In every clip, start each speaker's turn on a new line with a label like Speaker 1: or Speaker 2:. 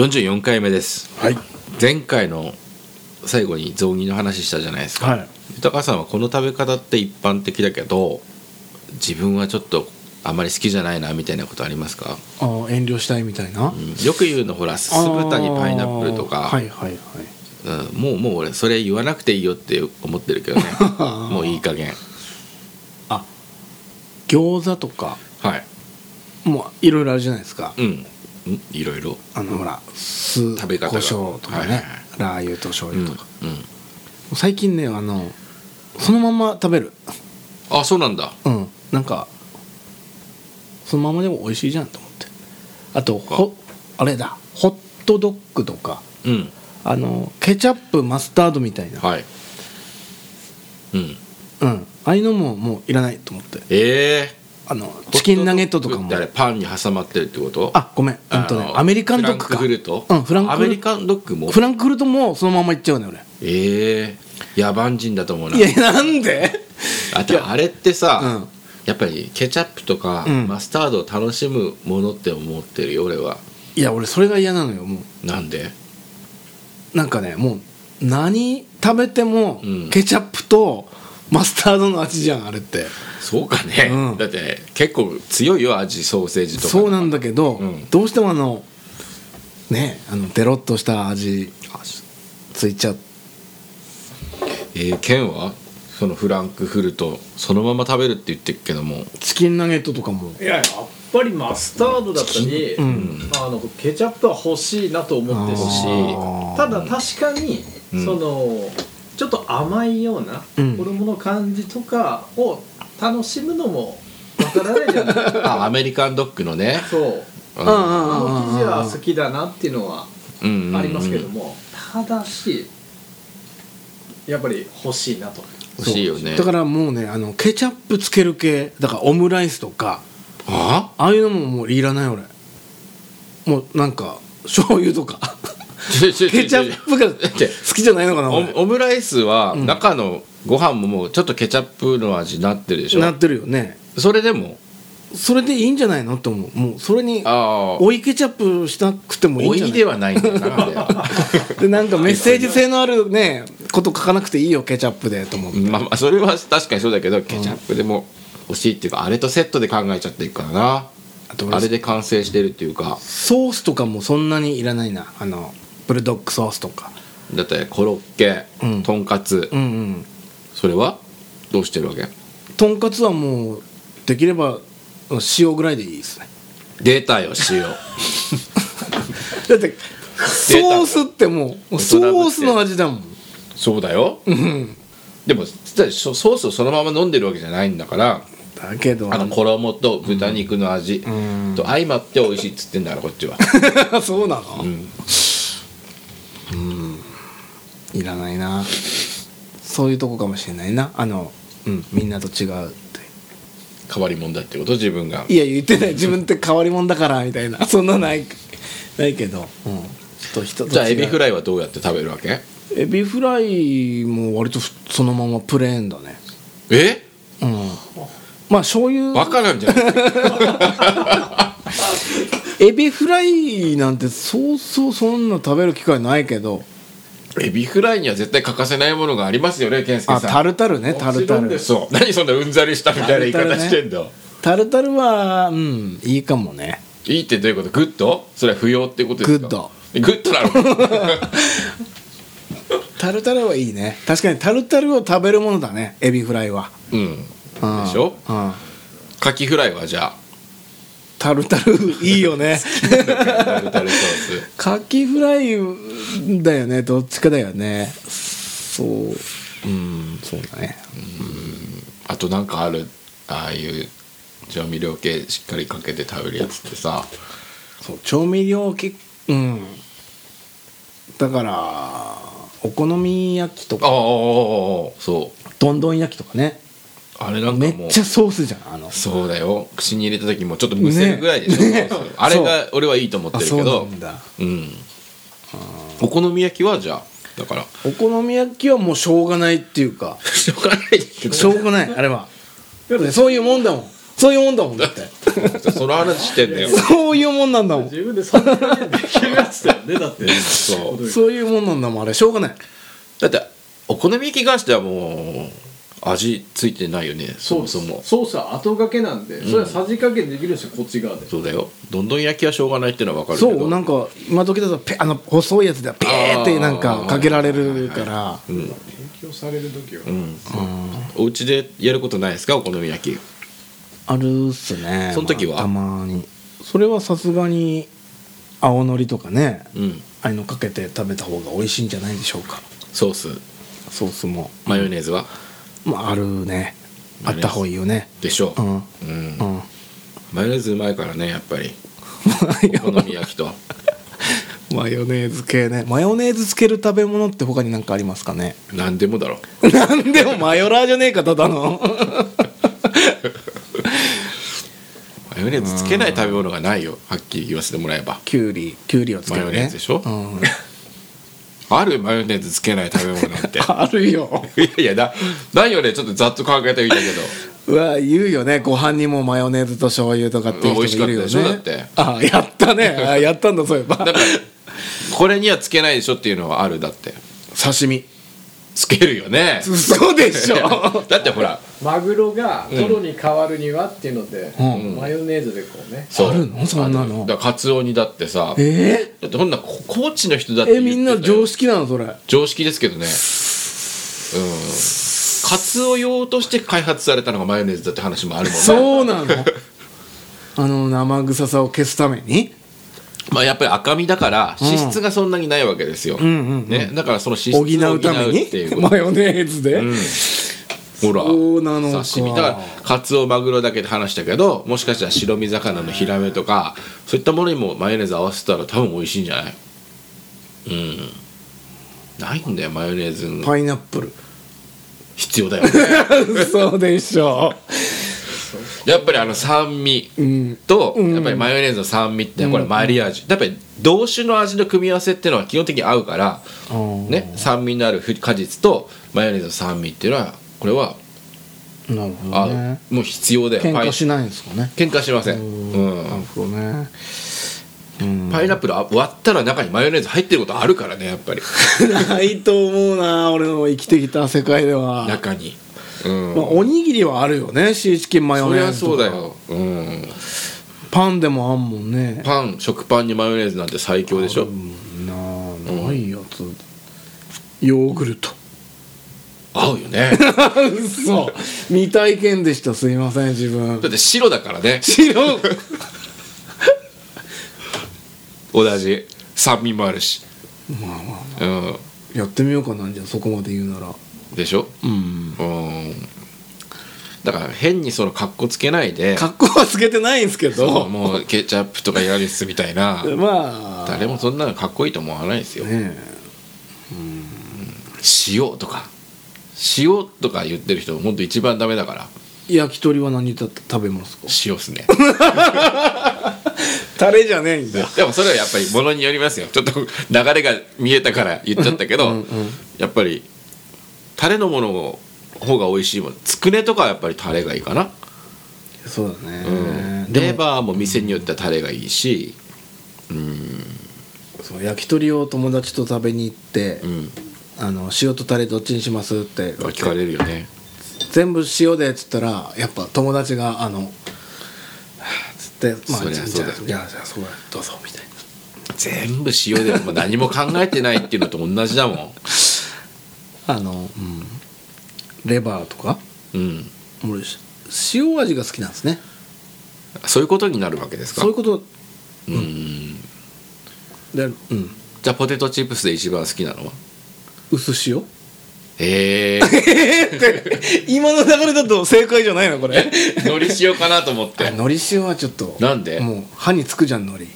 Speaker 1: 44回目です
Speaker 2: はい。
Speaker 1: 前回の最後に雑煮の話したじゃないですか、
Speaker 2: はい。
Speaker 1: 豊川さんはこの食べ方って一般的だけど自分はちょっとあまり好きじゃないなみたいなことありますか、
Speaker 2: あー遠慮したいみたいな
Speaker 1: う。んよく言うのほら酢豚にパイナップルとか、
Speaker 2: あーはいはいはい。
Speaker 1: うん、もうもう俺それ言わなくていいよって思ってるけど ねもういい加減
Speaker 2: あ、餃子とか
Speaker 1: はい
Speaker 2: もういろいろあるじゃないですか。
Speaker 1: うんんいろいろ
Speaker 2: あのほら酢
Speaker 1: 食べ方が
Speaker 2: 胡椒とか
Speaker 1: はいはい
Speaker 2: ね、ラー油と醤
Speaker 1: うん、う
Speaker 2: 油
Speaker 1: ん
Speaker 2: とか。最近ねあのそのまま食べる。
Speaker 1: あそうなんだ
Speaker 2: うん。なんかそのままでも美味しいじゃんと思って。あとほあれだホットドッグとか
Speaker 1: うん
Speaker 2: あのケチャップマスタードみたいな。
Speaker 1: はいうん
Speaker 2: うん。ああいうのももういらないと思って。
Speaker 1: ええ
Speaker 2: あのチキンナゲットとか
Speaker 1: ホッ
Speaker 2: も
Speaker 1: ドドッグってあれパンに挟まってるってこと
Speaker 2: あごめんうんと
Speaker 1: あ
Speaker 2: ね
Speaker 1: の
Speaker 2: アメリカンドッグか
Speaker 1: フランクフルト
Speaker 2: うんフランク
Speaker 1: ア
Speaker 2: フ
Speaker 1: メ
Speaker 2: ル
Speaker 1: リ
Speaker 2: ト
Speaker 1: カンドッグも
Speaker 2: フランクフルトもそのままいっちゃうね俺
Speaker 1: ええ野蛮人だと思うない
Speaker 2: やなんで
Speaker 1: あとあれってさ、
Speaker 2: うん
Speaker 1: やっぱりケチャップとか、
Speaker 2: うん
Speaker 1: マスタードを楽しむものって思ってるよ俺はい
Speaker 2: や俺それが嫌なのよも
Speaker 1: なんで
Speaker 2: うなんかねもう何食べても
Speaker 1: うん
Speaker 2: ケチャップとマスタードの味じゃんあれって
Speaker 1: そうかね、
Speaker 2: うん
Speaker 1: だって結構強いよ味ソーセージとか
Speaker 2: そうなん
Speaker 1: だ
Speaker 2: だけど
Speaker 1: うん
Speaker 2: どうしてもあのねあのデロッとした味ついちゃう
Speaker 1: ええケンはそのフランクフルトそのまま食べるって言ってるけども
Speaker 2: チキンナゲットとかも
Speaker 3: いややっぱりマスタードだったり、あのケチャップは欲しいなと思ってるし
Speaker 2: あー
Speaker 3: ただ確かに、
Speaker 1: うん
Speaker 3: そのちょっと甘いような
Speaker 2: うん
Speaker 3: 子供の感じとかを楽しむのもわからないじゃない
Speaker 1: あアメリカンドッグのね
Speaker 3: そう
Speaker 1: うん
Speaker 2: うん
Speaker 3: あの
Speaker 2: うんうん
Speaker 3: 生地は好きだなっていうのは
Speaker 1: うんうん
Speaker 3: ありますけども、ただしやっぱり欲しいなと
Speaker 1: 欲しいよね
Speaker 2: だからもうねあのケチャップつける系だからオムライスとか
Speaker 1: あ
Speaker 2: ああいうのももういらない俺もうなんか醤油とか
Speaker 1: ケチ
Speaker 2: ケチャップが好きじゃないのかな俺
Speaker 1: オオムライスは
Speaker 2: うん
Speaker 1: 中のご飯ももうちょっとケチャップの味になってるでし
Speaker 2: な
Speaker 1: ょ
Speaker 2: ってるよね
Speaker 1: それでも
Speaker 2: それでいいんじゃないのと思うもうそれに
Speaker 1: ああ
Speaker 2: 追いケチャップしたくてもいいん
Speaker 1: お
Speaker 2: じゃ
Speaker 1: い
Speaker 2: な
Speaker 1: で
Speaker 2: い
Speaker 1: はないんだよ なんだよ
Speaker 2: でなんかメッセージ性のあるねこと書かなくていいよケチャップでと思う、
Speaker 1: まあまあそれは確かにそうだけどケチャップでも欲しいっていうかあれとセットで考えちゃってるからな
Speaker 2: あと
Speaker 1: あれ
Speaker 2: 俺
Speaker 1: で完成してるっていうか
Speaker 2: ソースとかもそんなにいらないなあのブルドッグソースとか
Speaker 1: だってコロッケ
Speaker 2: うん
Speaker 1: とんかつ
Speaker 2: うんうん
Speaker 1: それはどうしてるわけ
Speaker 2: とんかつはもうできれば塩ぐらいでいいですね
Speaker 1: 出たよ塩
Speaker 2: だってソースってもうソースの味だもん
Speaker 1: そうだよ
Speaker 2: うん
Speaker 1: でも実はソースをそのまま飲んでるわけじゃないんだから
Speaker 2: だけど
Speaker 1: あの衣と豚肉の味
Speaker 2: ん
Speaker 1: と相まって美味しいっつってんだからこっ ちは
Speaker 2: そうなの
Speaker 1: ん
Speaker 2: うんいらないなそういうとこかもしれないなあの、うん、みんなと違うって
Speaker 1: 変わり者だってこと自分が
Speaker 2: いや言ってない自分って変わり者だからみたいなそんなないないけど、うん、ちょっと人と違う
Speaker 1: じゃあエビフライはどうやって食べるわけ
Speaker 2: エビフライも割とふそのままプレーンだね
Speaker 1: え
Speaker 2: うんまあ醤油
Speaker 1: バカなんじゃない
Speaker 2: エビフライなんてそうそうそんな食べる機会ないけど
Speaker 1: エビフライには絶対欠かせないものがありますよね健介
Speaker 2: あ
Speaker 1: さん
Speaker 2: タルタルねタルタ
Speaker 3: もちろんで
Speaker 2: ル
Speaker 3: す
Speaker 1: そう何そんなうんざりしたみたいな言い
Speaker 2: タル
Speaker 1: 方
Speaker 2: タルね
Speaker 1: してんの、
Speaker 2: タルタルはうんいいかもね
Speaker 1: いいってどういうことグッドそれは不要ってことですか
Speaker 2: グッド
Speaker 1: グッドなの
Speaker 2: タルタルはいいね確かにタルタルを食べるものだねエビフライは、
Speaker 1: うんで
Speaker 2: うん、
Speaker 1: しょ
Speaker 2: うん
Speaker 1: カキフライはじゃあ
Speaker 2: タルタルいいよね
Speaker 1: タルタルソース
Speaker 2: カキフライだよねどっちかだよねそううんそうだね
Speaker 1: あとなんかあるああいう調味料系しっかりかけて食べるやつってさ
Speaker 2: そう調味料結うんだからお好み焼きと
Speaker 1: ああ
Speaker 2: か
Speaker 1: そう
Speaker 2: どんどん焼きとかね
Speaker 1: あれなんか
Speaker 2: め
Speaker 1: も
Speaker 2: っ
Speaker 1: う
Speaker 2: ちゃソースじゃんあの
Speaker 1: そうだよ口に入れた時もちょっとむせるぐらいでしょ、
Speaker 2: ね
Speaker 1: そうそうあれが俺はいいと思ってるけど
Speaker 2: だ
Speaker 1: うんお好み焼きはじゃあだから
Speaker 2: お好み焼きはもうしょうがないっていうか
Speaker 1: しょうがないけど
Speaker 2: しょうがないあれはだってそういうもんだもんそういうもんだもんだって
Speaker 1: その話してんだよ
Speaker 2: そういうもんなんだもん
Speaker 3: 自分でそんなにできるやつってんねだって
Speaker 1: そう
Speaker 2: そういうもんなんだもんあれしょうがない
Speaker 1: だってお好み焼きに関してはもう味ついてないよねそもそも
Speaker 3: ソースは後掛けなんで、それはさじ加減できるんですよこっち側で
Speaker 1: そうだよどんどん焼きはしょうがないってのは分かるけど
Speaker 2: そうなんか今時だとペあの細いやつでピーってなんかかけられるから
Speaker 1: うん
Speaker 3: 提供される時は、
Speaker 1: うんお家でやることないですかお好み焼き
Speaker 2: あるっすね
Speaker 1: その時は
Speaker 2: まあたまにそれはさすがに青のりとかね
Speaker 1: うん
Speaker 2: ああいうのかけて食べた方が美味しいんじゃないでしょうか
Speaker 1: ソース
Speaker 2: ソースも
Speaker 1: マヨネーズは、
Speaker 2: まああるねあった方がいいよね
Speaker 1: でしょ
Speaker 2: うん
Speaker 1: う、うん
Speaker 2: うん
Speaker 1: マヨネーズうまいからねやっぱりお好み焼きと
Speaker 2: マヨネーズ系ねマヨネーズつける食べ物って他に何かありますかね
Speaker 1: 何でもだろ
Speaker 2: なんでもマヨラーじゃねえかただの
Speaker 1: マヨネーズつけない食べ物がないよはっきり言わせてもらえば
Speaker 2: キュウリキュウリをつける
Speaker 1: マ
Speaker 2: ね
Speaker 1: ヨネーズでしょ
Speaker 2: うん、
Speaker 1: あるマヨネーズつけない食べ物なんて
Speaker 2: あるよ
Speaker 1: いやいやだないよねちょっとざっと考えてみたけど
Speaker 2: うわ言うよねご飯にもマヨネーズと醤油とかっていう人もいるよね
Speaker 1: 美味しかったでしょ
Speaker 2: あやったねあやったんだそういえば
Speaker 1: だからこれにはつけないでしょっていうのはあるだって
Speaker 2: 刺身
Speaker 1: つけるよね
Speaker 2: 嘘でしょ
Speaker 1: だってほら
Speaker 3: マグロがトロに変わるにはっていうので、
Speaker 2: うん
Speaker 3: マヨネーズでこうね
Speaker 1: そう
Speaker 2: あるのそんなの
Speaker 1: だからカツオにだってさ
Speaker 2: え
Speaker 1: だってほんならこ高知の人だっ
Speaker 2: ー、
Speaker 1: て
Speaker 2: えみんな常
Speaker 1: 常
Speaker 2: 識なのそれ
Speaker 1: 常識ですけどねうんカツオ用として開発されたのがマヨネーズだって話もあるもんね
Speaker 2: そ うなのあの生臭さを消すために
Speaker 1: まあ、やっぱり赤身だから脂質がそんなにないわけですよ、
Speaker 2: んうんうん
Speaker 1: ね、だからその脂質
Speaker 2: 補
Speaker 1: を補
Speaker 2: う
Speaker 1: う
Speaker 2: ために
Speaker 1: っていうこと
Speaker 2: マヨネーズで、
Speaker 1: ほら
Speaker 2: そうなのか
Speaker 1: 刺身だからカツオマグロだけで話したけどもしかしたら白身魚のヒラメとかそういったものにもマヨネーズ合わせたら多分美味しいんじゃないうんないんだよマヨネーズ
Speaker 2: パイナップル
Speaker 1: 必要 だよ
Speaker 2: 嘘でしょ
Speaker 1: やっぱりあの酸味
Speaker 2: うん
Speaker 1: と
Speaker 2: うん
Speaker 1: やっぱりマヨネーズの酸味ってこれマリアージュやっぱり同種の味の組み合わせっていうのは基本的に合うからね酸味のある果実とマヨネーズの酸味っていうのはこれは
Speaker 2: なるほど
Speaker 1: 合
Speaker 2: ね
Speaker 1: うもう必要だよ
Speaker 2: 喧
Speaker 1: パイ
Speaker 2: 嘩しないんですかね
Speaker 1: 喧嘩しませんうん
Speaker 2: なるほどねうん
Speaker 1: パイナップルあ割ったら中にマヨネーズ入ってることあるからねやっぱり
Speaker 2: ないと思うな俺の生きてきた世界では、まあ、
Speaker 1: 中にうん、
Speaker 2: おにぎりはあるよねシーチキンマヨ
Speaker 1: そ
Speaker 2: ネ
Speaker 1: り
Speaker 2: ー
Speaker 1: ゃ
Speaker 2: ズ
Speaker 1: そ
Speaker 2: と
Speaker 1: う
Speaker 2: か
Speaker 1: だよ、うん、
Speaker 2: パンでもあんもんね
Speaker 1: パン食パンにマヨネーズなんて最強でしょ
Speaker 2: なあないやつ、ヨーグルト
Speaker 1: 合うよね
Speaker 2: 嘘未体験でしたすいません自分
Speaker 1: だって白だからね
Speaker 2: 白
Speaker 1: 同じ酸味もあるし
Speaker 2: まあま
Speaker 1: うん
Speaker 2: あやってみようかなんじゃあそこまで言うなら
Speaker 1: でしょ
Speaker 2: うん
Speaker 1: うんだから変にその格好つけないで
Speaker 2: 格好はつけてないんですけ
Speaker 1: そう
Speaker 2: ど
Speaker 1: もうケチャップとかヤリスみたいな
Speaker 2: まあ
Speaker 1: 誰もそんなのかっこいいと思わないですよ
Speaker 2: ね
Speaker 1: 塩とか塩とか言ってる人ほんと一番ダメだから
Speaker 2: え焼き鳥は何だって食べますか
Speaker 1: 塩っすね
Speaker 2: タレじゃねえんだ
Speaker 1: でもそれはやっぱりものによりますよちょっと流れが見えたから言っちゃったけど
Speaker 2: うんうん
Speaker 1: やっぱりタレのものの方が美味しいもんつくねとかはやっぱりタレがいいかな、
Speaker 2: そうだね、
Speaker 1: うん、
Speaker 2: で
Speaker 1: レ
Speaker 2: も
Speaker 1: バーも店によってはタレがいいし
Speaker 2: そう焼き鳥を友達と食べに行って、
Speaker 1: うん
Speaker 2: あの塩とタレどっちにしますって
Speaker 1: 聞かれるよね
Speaker 2: 全部塩でっつったらやっぱ友達があのはあつってまあ
Speaker 1: そりゃそうだよ
Speaker 2: じゃあじゃあじゃあそうだどうぞみたいな
Speaker 1: 全部塩でもう何も考えてないっていうのと同じだも
Speaker 2: あの、うん、レバーとか
Speaker 1: ん、うん、
Speaker 2: 俺塩味が好きなんですね
Speaker 1: そういうことになるわけですか
Speaker 2: そういうこと
Speaker 1: うん
Speaker 2: でうん
Speaker 1: じゃあポテトチップスで一番好きなのは
Speaker 2: 薄塩
Speaker 1: ええ
Speaker 2: 今の流れだと正解じゃないのこれ
Speaker 1: 海苔塩かなと思って
Speaker 2: 海苔塩はちょっと
Speaker 1: なんで
Speaker 2: もう歯につくじゃん海苔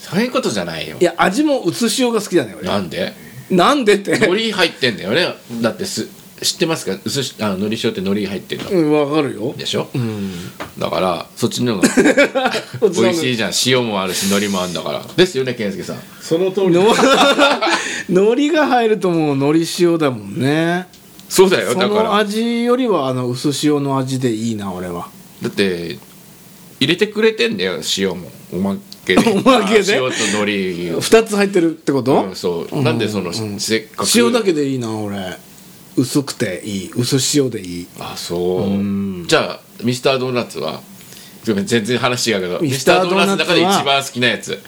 Speaker 1: そういうことじゃないよ
Speaker 2: いや味も薄塩が好きだね俺
Speaker 1: なんで
Speaker 2: なんでって
Speaker 1: 海苔入ってんだよねだってす知ってますか薄しあの海苔塩って海苔入ってるの
Speaker 2: うんわかるよ
Speaker 1: でしょ
Speaker 2: うん
Speaker 1: だからそっちの方が 美味しいじゃん塩もあるし海苔もあるんだからですよね健介さん
Speaker 3: その通り
Speaker 2: の 海苔が入るともう海苔塩だもんね
Speaker 1: そうだよ
Speaker 2: そ
Speaker 1: だから
Speaker 2: の味よりはあの薄塩の味でいいな俺は
Speaker 1: だって入れてくれてんだよ塩もおまけで
Speaker 2: おまけで
Speaker 1: 塩と海苔
Speaker 2: 2つ入ってるってこと、
Speaker 1: うんそうなんでその
Speaker 2: うん
Speaker 1: せっかく
Speaker 2: 塩だけでいいな俺薄くていい薄塩でいい
Speaker 1: あそう
Speaker 2: うん
Speaker 1: じゃあミスタードーナツはごめん全然話違うけどミ
Speaker 2: ミ
Speaker 1: ス
Speaker 2: ス
Speaker 1: タ
Speaker 2: タ
Speaker 1: ー
Speaker 2: ー
Speaker 1: ド
Speaker 2: ド
Speaker 1: ー
Speaker 2: ー
Speaker 1: ナツ
Speaker 2: ナツ
Speaker 1: の
Speaker 2: は
Speaker 1: 中で一番好きなやつ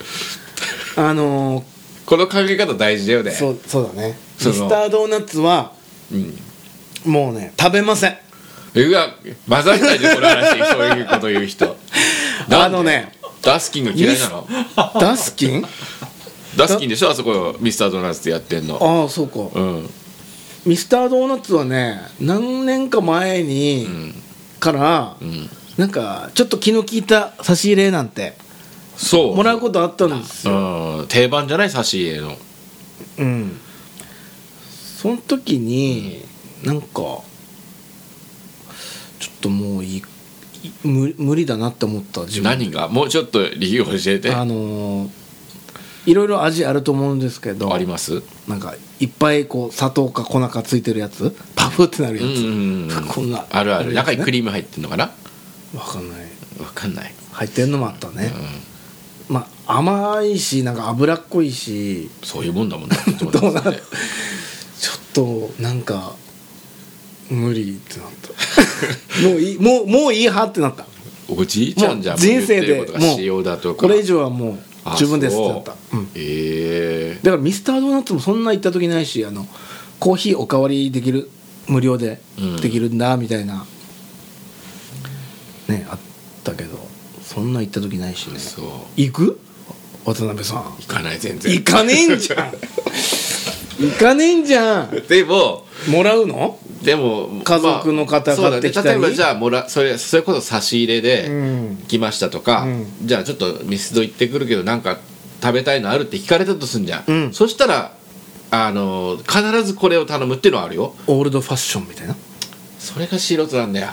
Speaker 2: あの
Speaker 1: この考え方大事だよね
Speaker 2: ーそうそうだねミ
Speaker 1: その
Speaker 2: スタードーナツは
Speaker 1: うん
Speaker 2: もうね食べません
Speaker 1: うわ混ざりたいでこの 話そういうこと言う人
Speaker 2: あのね
Speaker 1: ダスキンが嫌いなの
Speaker 2: ダス キン
Speaker 1: ダスキンでしょあそこミスタードーナツでやってんの
Speaker 2: ああそうか
Speaker 1: うん
Speaker 2: ミスタードーナツはね何年か前に、
Speaker 1: ん
Speaker 2: から、
Speaker 1: ん
Speaker 2: なんかちょっと気の利いた差し入れなんて
Speaker 1: そう
Speaker 2: もらうことあったんですよ、
Speaker 1: うん定番じゃない差し入れの
Speaker 2: うん、その時に、なんかちょっともういい無無理だなって思った自分
Speaker 1: 何がもうちょっと理由を教えて
Speaker 2: あ
Speaker 1: あ
Speaker 2: のーいろいろ味あると思うんですけど
Speaker 1: ります
Speaker 2: なんかいっぱいこう砂糖か粉かついてるやつパフってなる
Speaker 1: うん
Speaker 2: やつ、
Speaker 1: うんうん
Speaker 2: こんな
Speaker 1: あるある中にク
Speaker 2: リ
Speaker 1: リーム入ってんのかな
Speaker 2: わかんない
Speaker 1: わかんない
Speaker 2: 入ってんのもあったね
Speaker 1: う、ん
Speaker 2: まあ甘いしなんか脂っこいし
Speaker 1: そういうもんだもんな。
Speaker 2: どうなるちょっとなんか無理ってなっ たもういいもうもういい派ってなった
Speaker 1: おじいちゃんじゃん。
Speaker 2: もう人生で
Speaker 1: もう言ってることが
Speaker 2: もう
Speaker 1: 塩だとか。
Speaker 2: これ以上はもう
Speaker 1: あ
Speaker 2: 十分ですってなった
Speaker 1: そう
Speaker 2: うん
Speaker 1: ええ
Speaker 2: だからミスタードーナツもそんな行った時ないしあのコーヒーおかわりできる無料で
Speaker 1: うん
Speaker 2: できるんだみたいな、ねあったけどそんな行った時ないしね
Speaker 1: そう。
Speaker 2: 行く渡辺さん
Speaker 1: 行かない全然。
Speaker 2: 行かねえんじゃ ん行かねえんじゃん
Speaker 1: でも
Speaker 2: もらうの
Speaker 1: でも
Speaker 2: 家族の方
Speaker 1: そうだね
Speaker 2: 買ってきたり
Speaker 1: 例えばじゃあもらそれそれこそ差し入れで
Speaker 2: ん
Speaker 1: 来ましたとか、
Speaker 2: うん
Speaker 1: じゃあちょっとミスド行ってくるけどなんか食べたいのあるって聞かれたとすんじゃん。
Speaker 2: うん
Speaker 1: そしたらあの必ずこれを頼むっていうのはあるよ。
Speaker 2: オールドファッションみた いな違う
Speaker 1: それが素人なんだ よ。
Speaker 2: の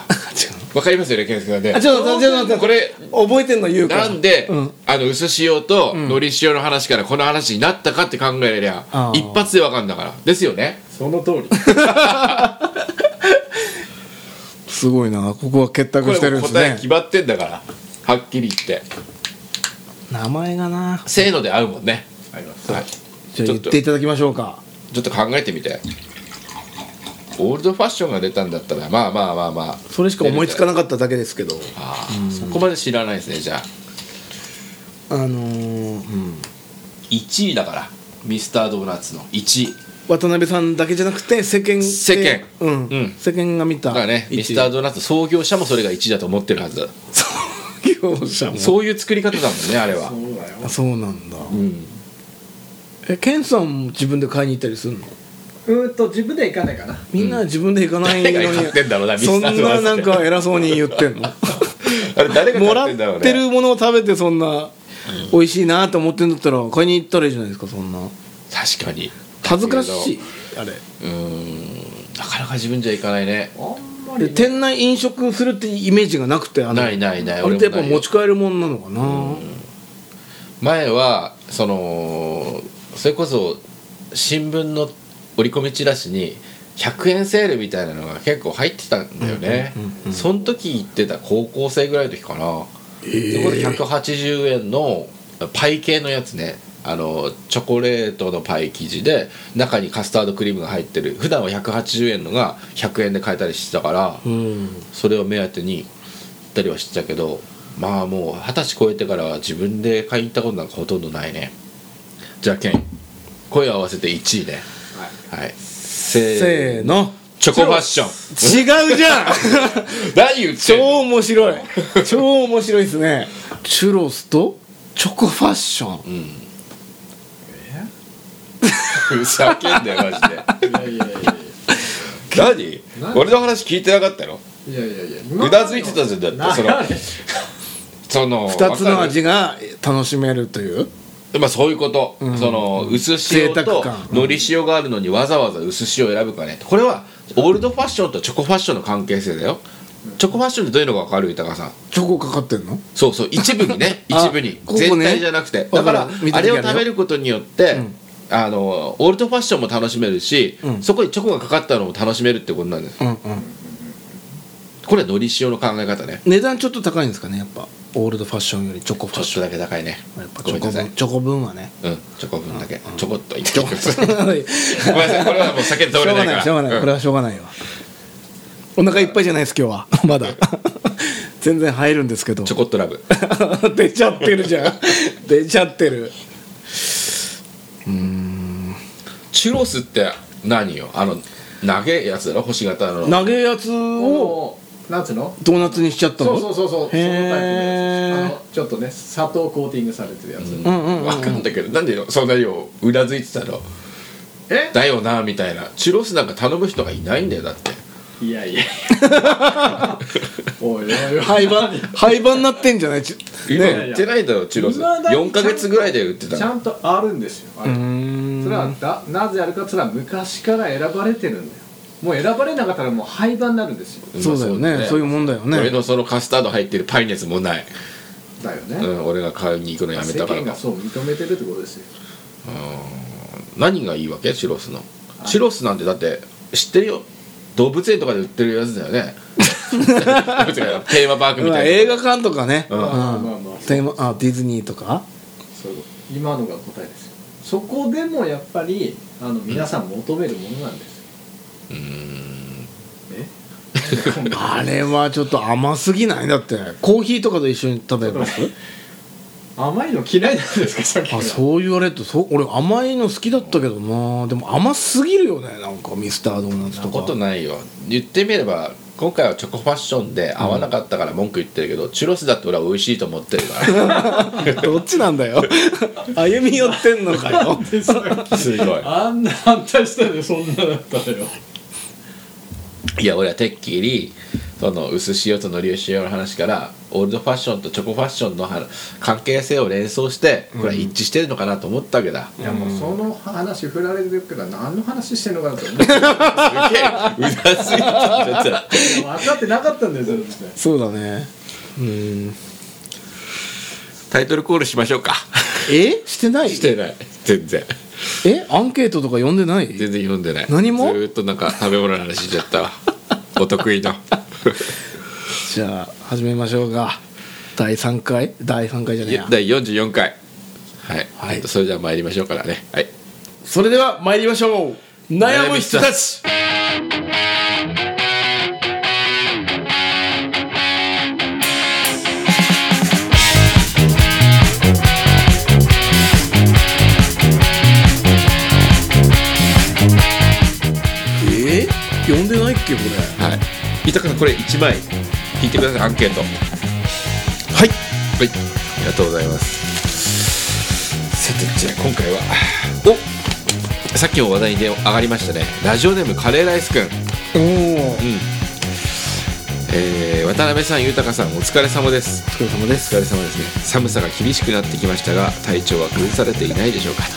Speaker 1: わかりますよね健介さんね。
Speaker 2: あちょっとちょっと待って
Speaker 1: これ
Speaker 2: 覚えてんの言うから
Speaker 1: なんで、
Speaker 2: うん
Speaker 1: あの薄塩とのり塩の話からこの話になったかって考えりゃ、
Speaker 2: あー
Speaker 1: 一発でわかんだからですよね
Speaker 3: その通り
Speaker 2: すごいなここは結
Speaker 1: こ
Speaker 2: 託
Speaker 1: れ
Speaker 2: してる
Speaker 1: も
Speaker 2: ん
Speaker 1: う
Speaker 2: です
Speaker 1: 答え
Speaker 2: ね
Speaker 1: 決まってんだからはっきり言って
Speaker 2: 名前がな
Speaker 1: せーので合うもんね、
Speaker 3: あります
Speaker 1: はい、
Speaker 2: じゃあ
Speaker 1: ちょ
Speaker 2: 言
Speaker 1: っ
Speaker 2: っ
Speaker 1: と
Speaker 2: ていただきましょうか
Speaker 1: ちょっと考えてみてオールドファッションが出たんだったらまあまあまあまあ
Speaker 2: それしか思いつかなかっただけですけど
Speaker 1: あーそこまで知らないですねじゃあ
Speaker 2: あのーうん
Speaker 1: 1位だからミスタードーナツの1位
Speaker 2: 渡辺さんだけじゃなくて世間
Speaker 1: 世間
Speaker 2: うん、
Speaker 1: うん
Speaker 2: 世間が見た
Speaker 1: だからねミスター
Speaker 2: ド
Speaker 1: ドーナツ創業者もそれが1位だと思ってるはず
Speaker 2: 業者も
Speaker 1: そういう作り方だもんねあれは
Speaker 3: そうだよ
Speaker 2: あそうなんだ
Speaker 1: うん
Speaker 2: えケンさんも自分で買いに行ったりするの
Speaker 3: うーんと自分ではいかないかな
Speaker 2: みんな自分で行かないの
Speaker 1: 誰が買ってんだろうなミ
Speaker 2: に
Speaker 1: スタ
Speaker 2: そ
Speaker 1: ー
Speaker 2: ん
Speaker 1: ドーナツ
Speaker 2: ななんか偉そうに言ってんの
Speaker 1: あれ誰が
Speaker 2: も
Speaker 1: 買
Speaker 2: ら
Speaker 1: ってんだろうね
Speaker 2: ってるものを食べてそんな美味しいなと思ってんだったら買いに行ったらいいじゃないですかそんな
Speaker 1: 確かに
Speaker 2: 恥ずかしいう
Speaker 1: ーんなかなか自分じゃいかないね
Speaker 3: あんま
Speaker 2: で
Speaker 3: り
Speaker 2: 店内飲食するってイメージがなくてあの
Speaker 1: ないないない
Speaker 2: あれってやっぱ
Speaker 1: 俺もないよ
Speaker 2: 持ち帰るもんなのかな
Speaker 1: 前はそのそれこそ新聞の折り込みチラシに100円セールみたいなのが結構入ってたんだよね、
Speaker 2: うんうんうんうん
Speaker 1: その時行ってた高校生ぐらいの時かな、
Speaker 2: え
Speaker 1: それこそ180円のパイ系のやつねあのチョコレートのパイ生地で中にカスタードクリームが入ってる普段は180円のが100円で買えたりしてたから、
Speaker 2: うん
Speaker 1: それを目当てに行ったりはしてたけどまあもう二十歳超えてからは自分で買いに行ったことなんかほとんどないねじゃあケン声を合わせて1位ねはいせ
Speaker 2: せ
Speaker 1: ー
Speaker 2: ー
Speaker 1: の
Speaker 2: の
Speaker 1: チョコファッション
Speaker 2: 違う じゃん
Speaker 1: 何言ってんの
Speaker 2: 超面白い超面白いですねチュロスとチョコファッション
Speaker 1: うんふざけんだよマジ で
Speaker 3: はいいやいやいや
Speaker 1: 何
Speaker 3: 何
Speaker 1: 俺の話聞いてなかったの
Speaker 3: いやいやいや
Speaker 1: うなずいてたじゃんだってその
Speaker 3: な
Speaker 1: その
Speaker 2: 2つの
Speaker 1: わ
Speaker 2: 味が楽しめるという
Speaker 1: かるまあそういうこと、
Speaker 2: ん
Speaker 1: その薄塩
Speaker 2: 贅
Speaker 1: と
Speaker 2: 沢感
Speaker 1: のり塩があるのにわざわざ薄塩を選ぶかねこれはオールドファッションとチョコファッションの関係性だよチョコファッションってどういうのが分かる豊川さん
Speaker 2: チョコかかってんの
Speaker 1: そうそう一部にね
Speaker 2: あ
Speaker 1: 一部に
Speaker 2: ここね
Speaker 1: 全体じゃなくてだから
Speaker 2: わかる見
Speaker 1: あ
Speaker 2: た時
Speaker 1: れ
Speaker 2: ある
Speaker 1: を
Speaker 2: よ
Speaker 1: 食べることによって、
Speaker 2: うん
Speaker 1: あのオールドファッションも楽しめるし、
Speaker 2: うん
Speaker 1: そこにチョコがかかったのも楽しめるってことなんです
Speaker 2: うんうん
Speaker 1: これはのり塩の考え方ね
Speaker 2: 値段ちょっと高いんですかねやっぱオールドファッションよりチョコフ
Speaker 1: ち
Speaker 2: ァ
Speaker 1: ょ
Speaker 2: ッ
Speaker 1: っ
Speaker 2: シ
Speaker 1: と
Speaker 2: ョン
Speaker 1: だけ高いね
Speaker 2: やっぱ
Speaker 1: ご
Speaker 2: チ
Speaker 1: め
Speaker 2: ョ
Speaker 1: んな
Speaker 2: コ
Speaker 1: さ
Speaker 2: 分
Speaker 1: い
Speaker 2: チョコ分はね
Speaker 1: うんチョコ分だけ
Speaker 2: うん
Speaker 1: ちょこっといっ
Speaker 2: チ
Speaker 1: て
Speaker 2: ョコ
Speaker 1: くだ
Speaker 2: 分し
Speaker 1: さいう
Speaker 2: ょがない
Speaker 1: ごめんなさいこれはもう酒に倒れないから
Speaker 2: しょうがないこれはしょうがないわお腹いっぱいじゃないです今日はまだ全然入るんですけど
Speaker 1: ちょこっとラブ
Speaker 2: 出ちゃってるじゃん出ちゃってるうーん
Speaker 1: チュロスって何よあの長いやつだろ星型の
Speaker 2: 長いやつを
Speaker 3: もうなんつうの
Speaker 2: ドーナツにしちゃった
Speaker 3: そ
Speaker 2: の
Speaker 3: うそうそうそうそのタイプの
Speaker 2: へー
Speaker 3: やつあのちょっとね砂糖コーティングされてるやつ、
Speaker 1: うん
Speaker 2: うんうんうん
Speaker 1: わかんないけどなんでよそんなよう裏付いてたの
Speaker 3: え
Speaker 1: だよなみたいなチュロスなんか頼む人がいないんだよだって
Speaker 3: いやい やおいおいおい
Speaker 2: 廃盤廃盤になってんじゃないち
Speaker 1: 今
Speaker 3: ね
Speaker 1: 売ってないだろチュロス
Speaker 3: 未だに
Speaker 1: 4か月ぐらいで売ってた
Speaker 3: ちゃ
Speaker 1: の
Speaker 3: んとあるんですよあ
Speaker 2: う
Speaker 3: れ、
Speaker 2: ーん
Speaker 3: それはだなぜあるかっていうのは昔から選ばれてるんだよもう選ばれなかったらもう廃盤になるんですよ
Speaker 2: そうだよね,、そういう
Speaker 1: も
Speaker 2: もんだよね
Speaker 1: 俺のそのカスタード入ってるパイのやつもない、
Speaker 3: だよね、
Speaker 1: うん、俺が買いに行くのやめ
Speaker 3: 世
Speaker 1: たから
Speaker 3: 間
Speaker 1: か
Speaker 3: がそう認めてるってことですよ
Speaker 1: 何がいいわけチュロスのチュロスなんてだって知ってるよ動物園とかで売ってるやつだよ ねテーマパークみ
Speaker 2: うわ
Speaker 1: たいな
Speaker 2: 映画館とかね、
Speaker 1: うん
Speaker 2: うん
Speaker 3: まあまあまあ
Speaker 2: テーマあディズニーとか
Speaker 3: そういうこと今のが答えですよそこでもやっぱりあの皆さん求めるものなんですよ、
Speaker 1: うーん
Speaker 3: ね
Speaker 2: あれはちょっと甘すぎないだってコーヒーとかと一緒に食べます
Speaker 3: 甘いの嫌いなんですかさっきか
Speaker 2: あ
Speaker 3: ら
Speaker 2: そう言われるとそう俺甘いの好きだったけどなでも甘すぎるよねなんかミスタードーナツ
Speaker 1: そ
Speaker 2: と
Speaker 1: んなこと
Speaker 2: か
Speaker 1: ないよ言ってみれば今回はチョコファッションで合わなかったから文句言ってるけど、チュロスだって俺は美味しいと思ってるか
Speaker 2: どっちなんだよ歩み寄ってんのかよ
Speaker 3: でさ
Speaker 1: らすごい
Speaker 3: あんな反対したでそんなだったのよ
Speaker 1: いや俺はてっきりその薄塩とのり塩の話からオールドファッションとチョコファッションの話関係性を連想してこれは一致してるのかなと思ったわけ だ、
Speaker 3: いやもうその話振られてるから何の話してんのかなと思っ
Speaker 1: すげえうなずいてたじゃん
Speaker 3: て 分かってなかったんですよ全然
Speaker 2: そうだねうん
Speaker 1: タイトルコールしましょうか
Speaker 2: えしてない
Speaker 1: してない全然
Speaker 2: えアンケートとか読んでない
Speaker 1: 全然読んでない
Speaker 2: 何も
Speaker 1: ずーっとなんか食べ物の話しちゃったわお得意の
Speaker 2: じゃあ始めましょうか第3回第3回じゃねえや
Speaker 1: 第44回はい、
Speaker 2: はい
Speaker 1: それじゃあ参りましょうからねはい
Speaker 2: それでは参りましょう悩む人たち
Speaker 1: ち
Speaker 2: え読んでないっけこれ
Speaker 1: はい伊藤君これ1枚引いてくださいアンケート
Speaker 2: はい
Speaker 1: はい、ありがとうございます。さて、じゃあ今回は、おさっきも話題で上がりましたね、ラジオネームカレーライスくん、うん
Speaker 2: おお
Speaker 1: えー渡辺さん、豊さん、お疲れ様です。
Speaker 2: お疲れ様で
Speaker 1: お
Speaker 2: す
Speaker 1: 疲れ様ですね。寒さが厳しくなってきましたが、体調は崩されていないでしょうかと、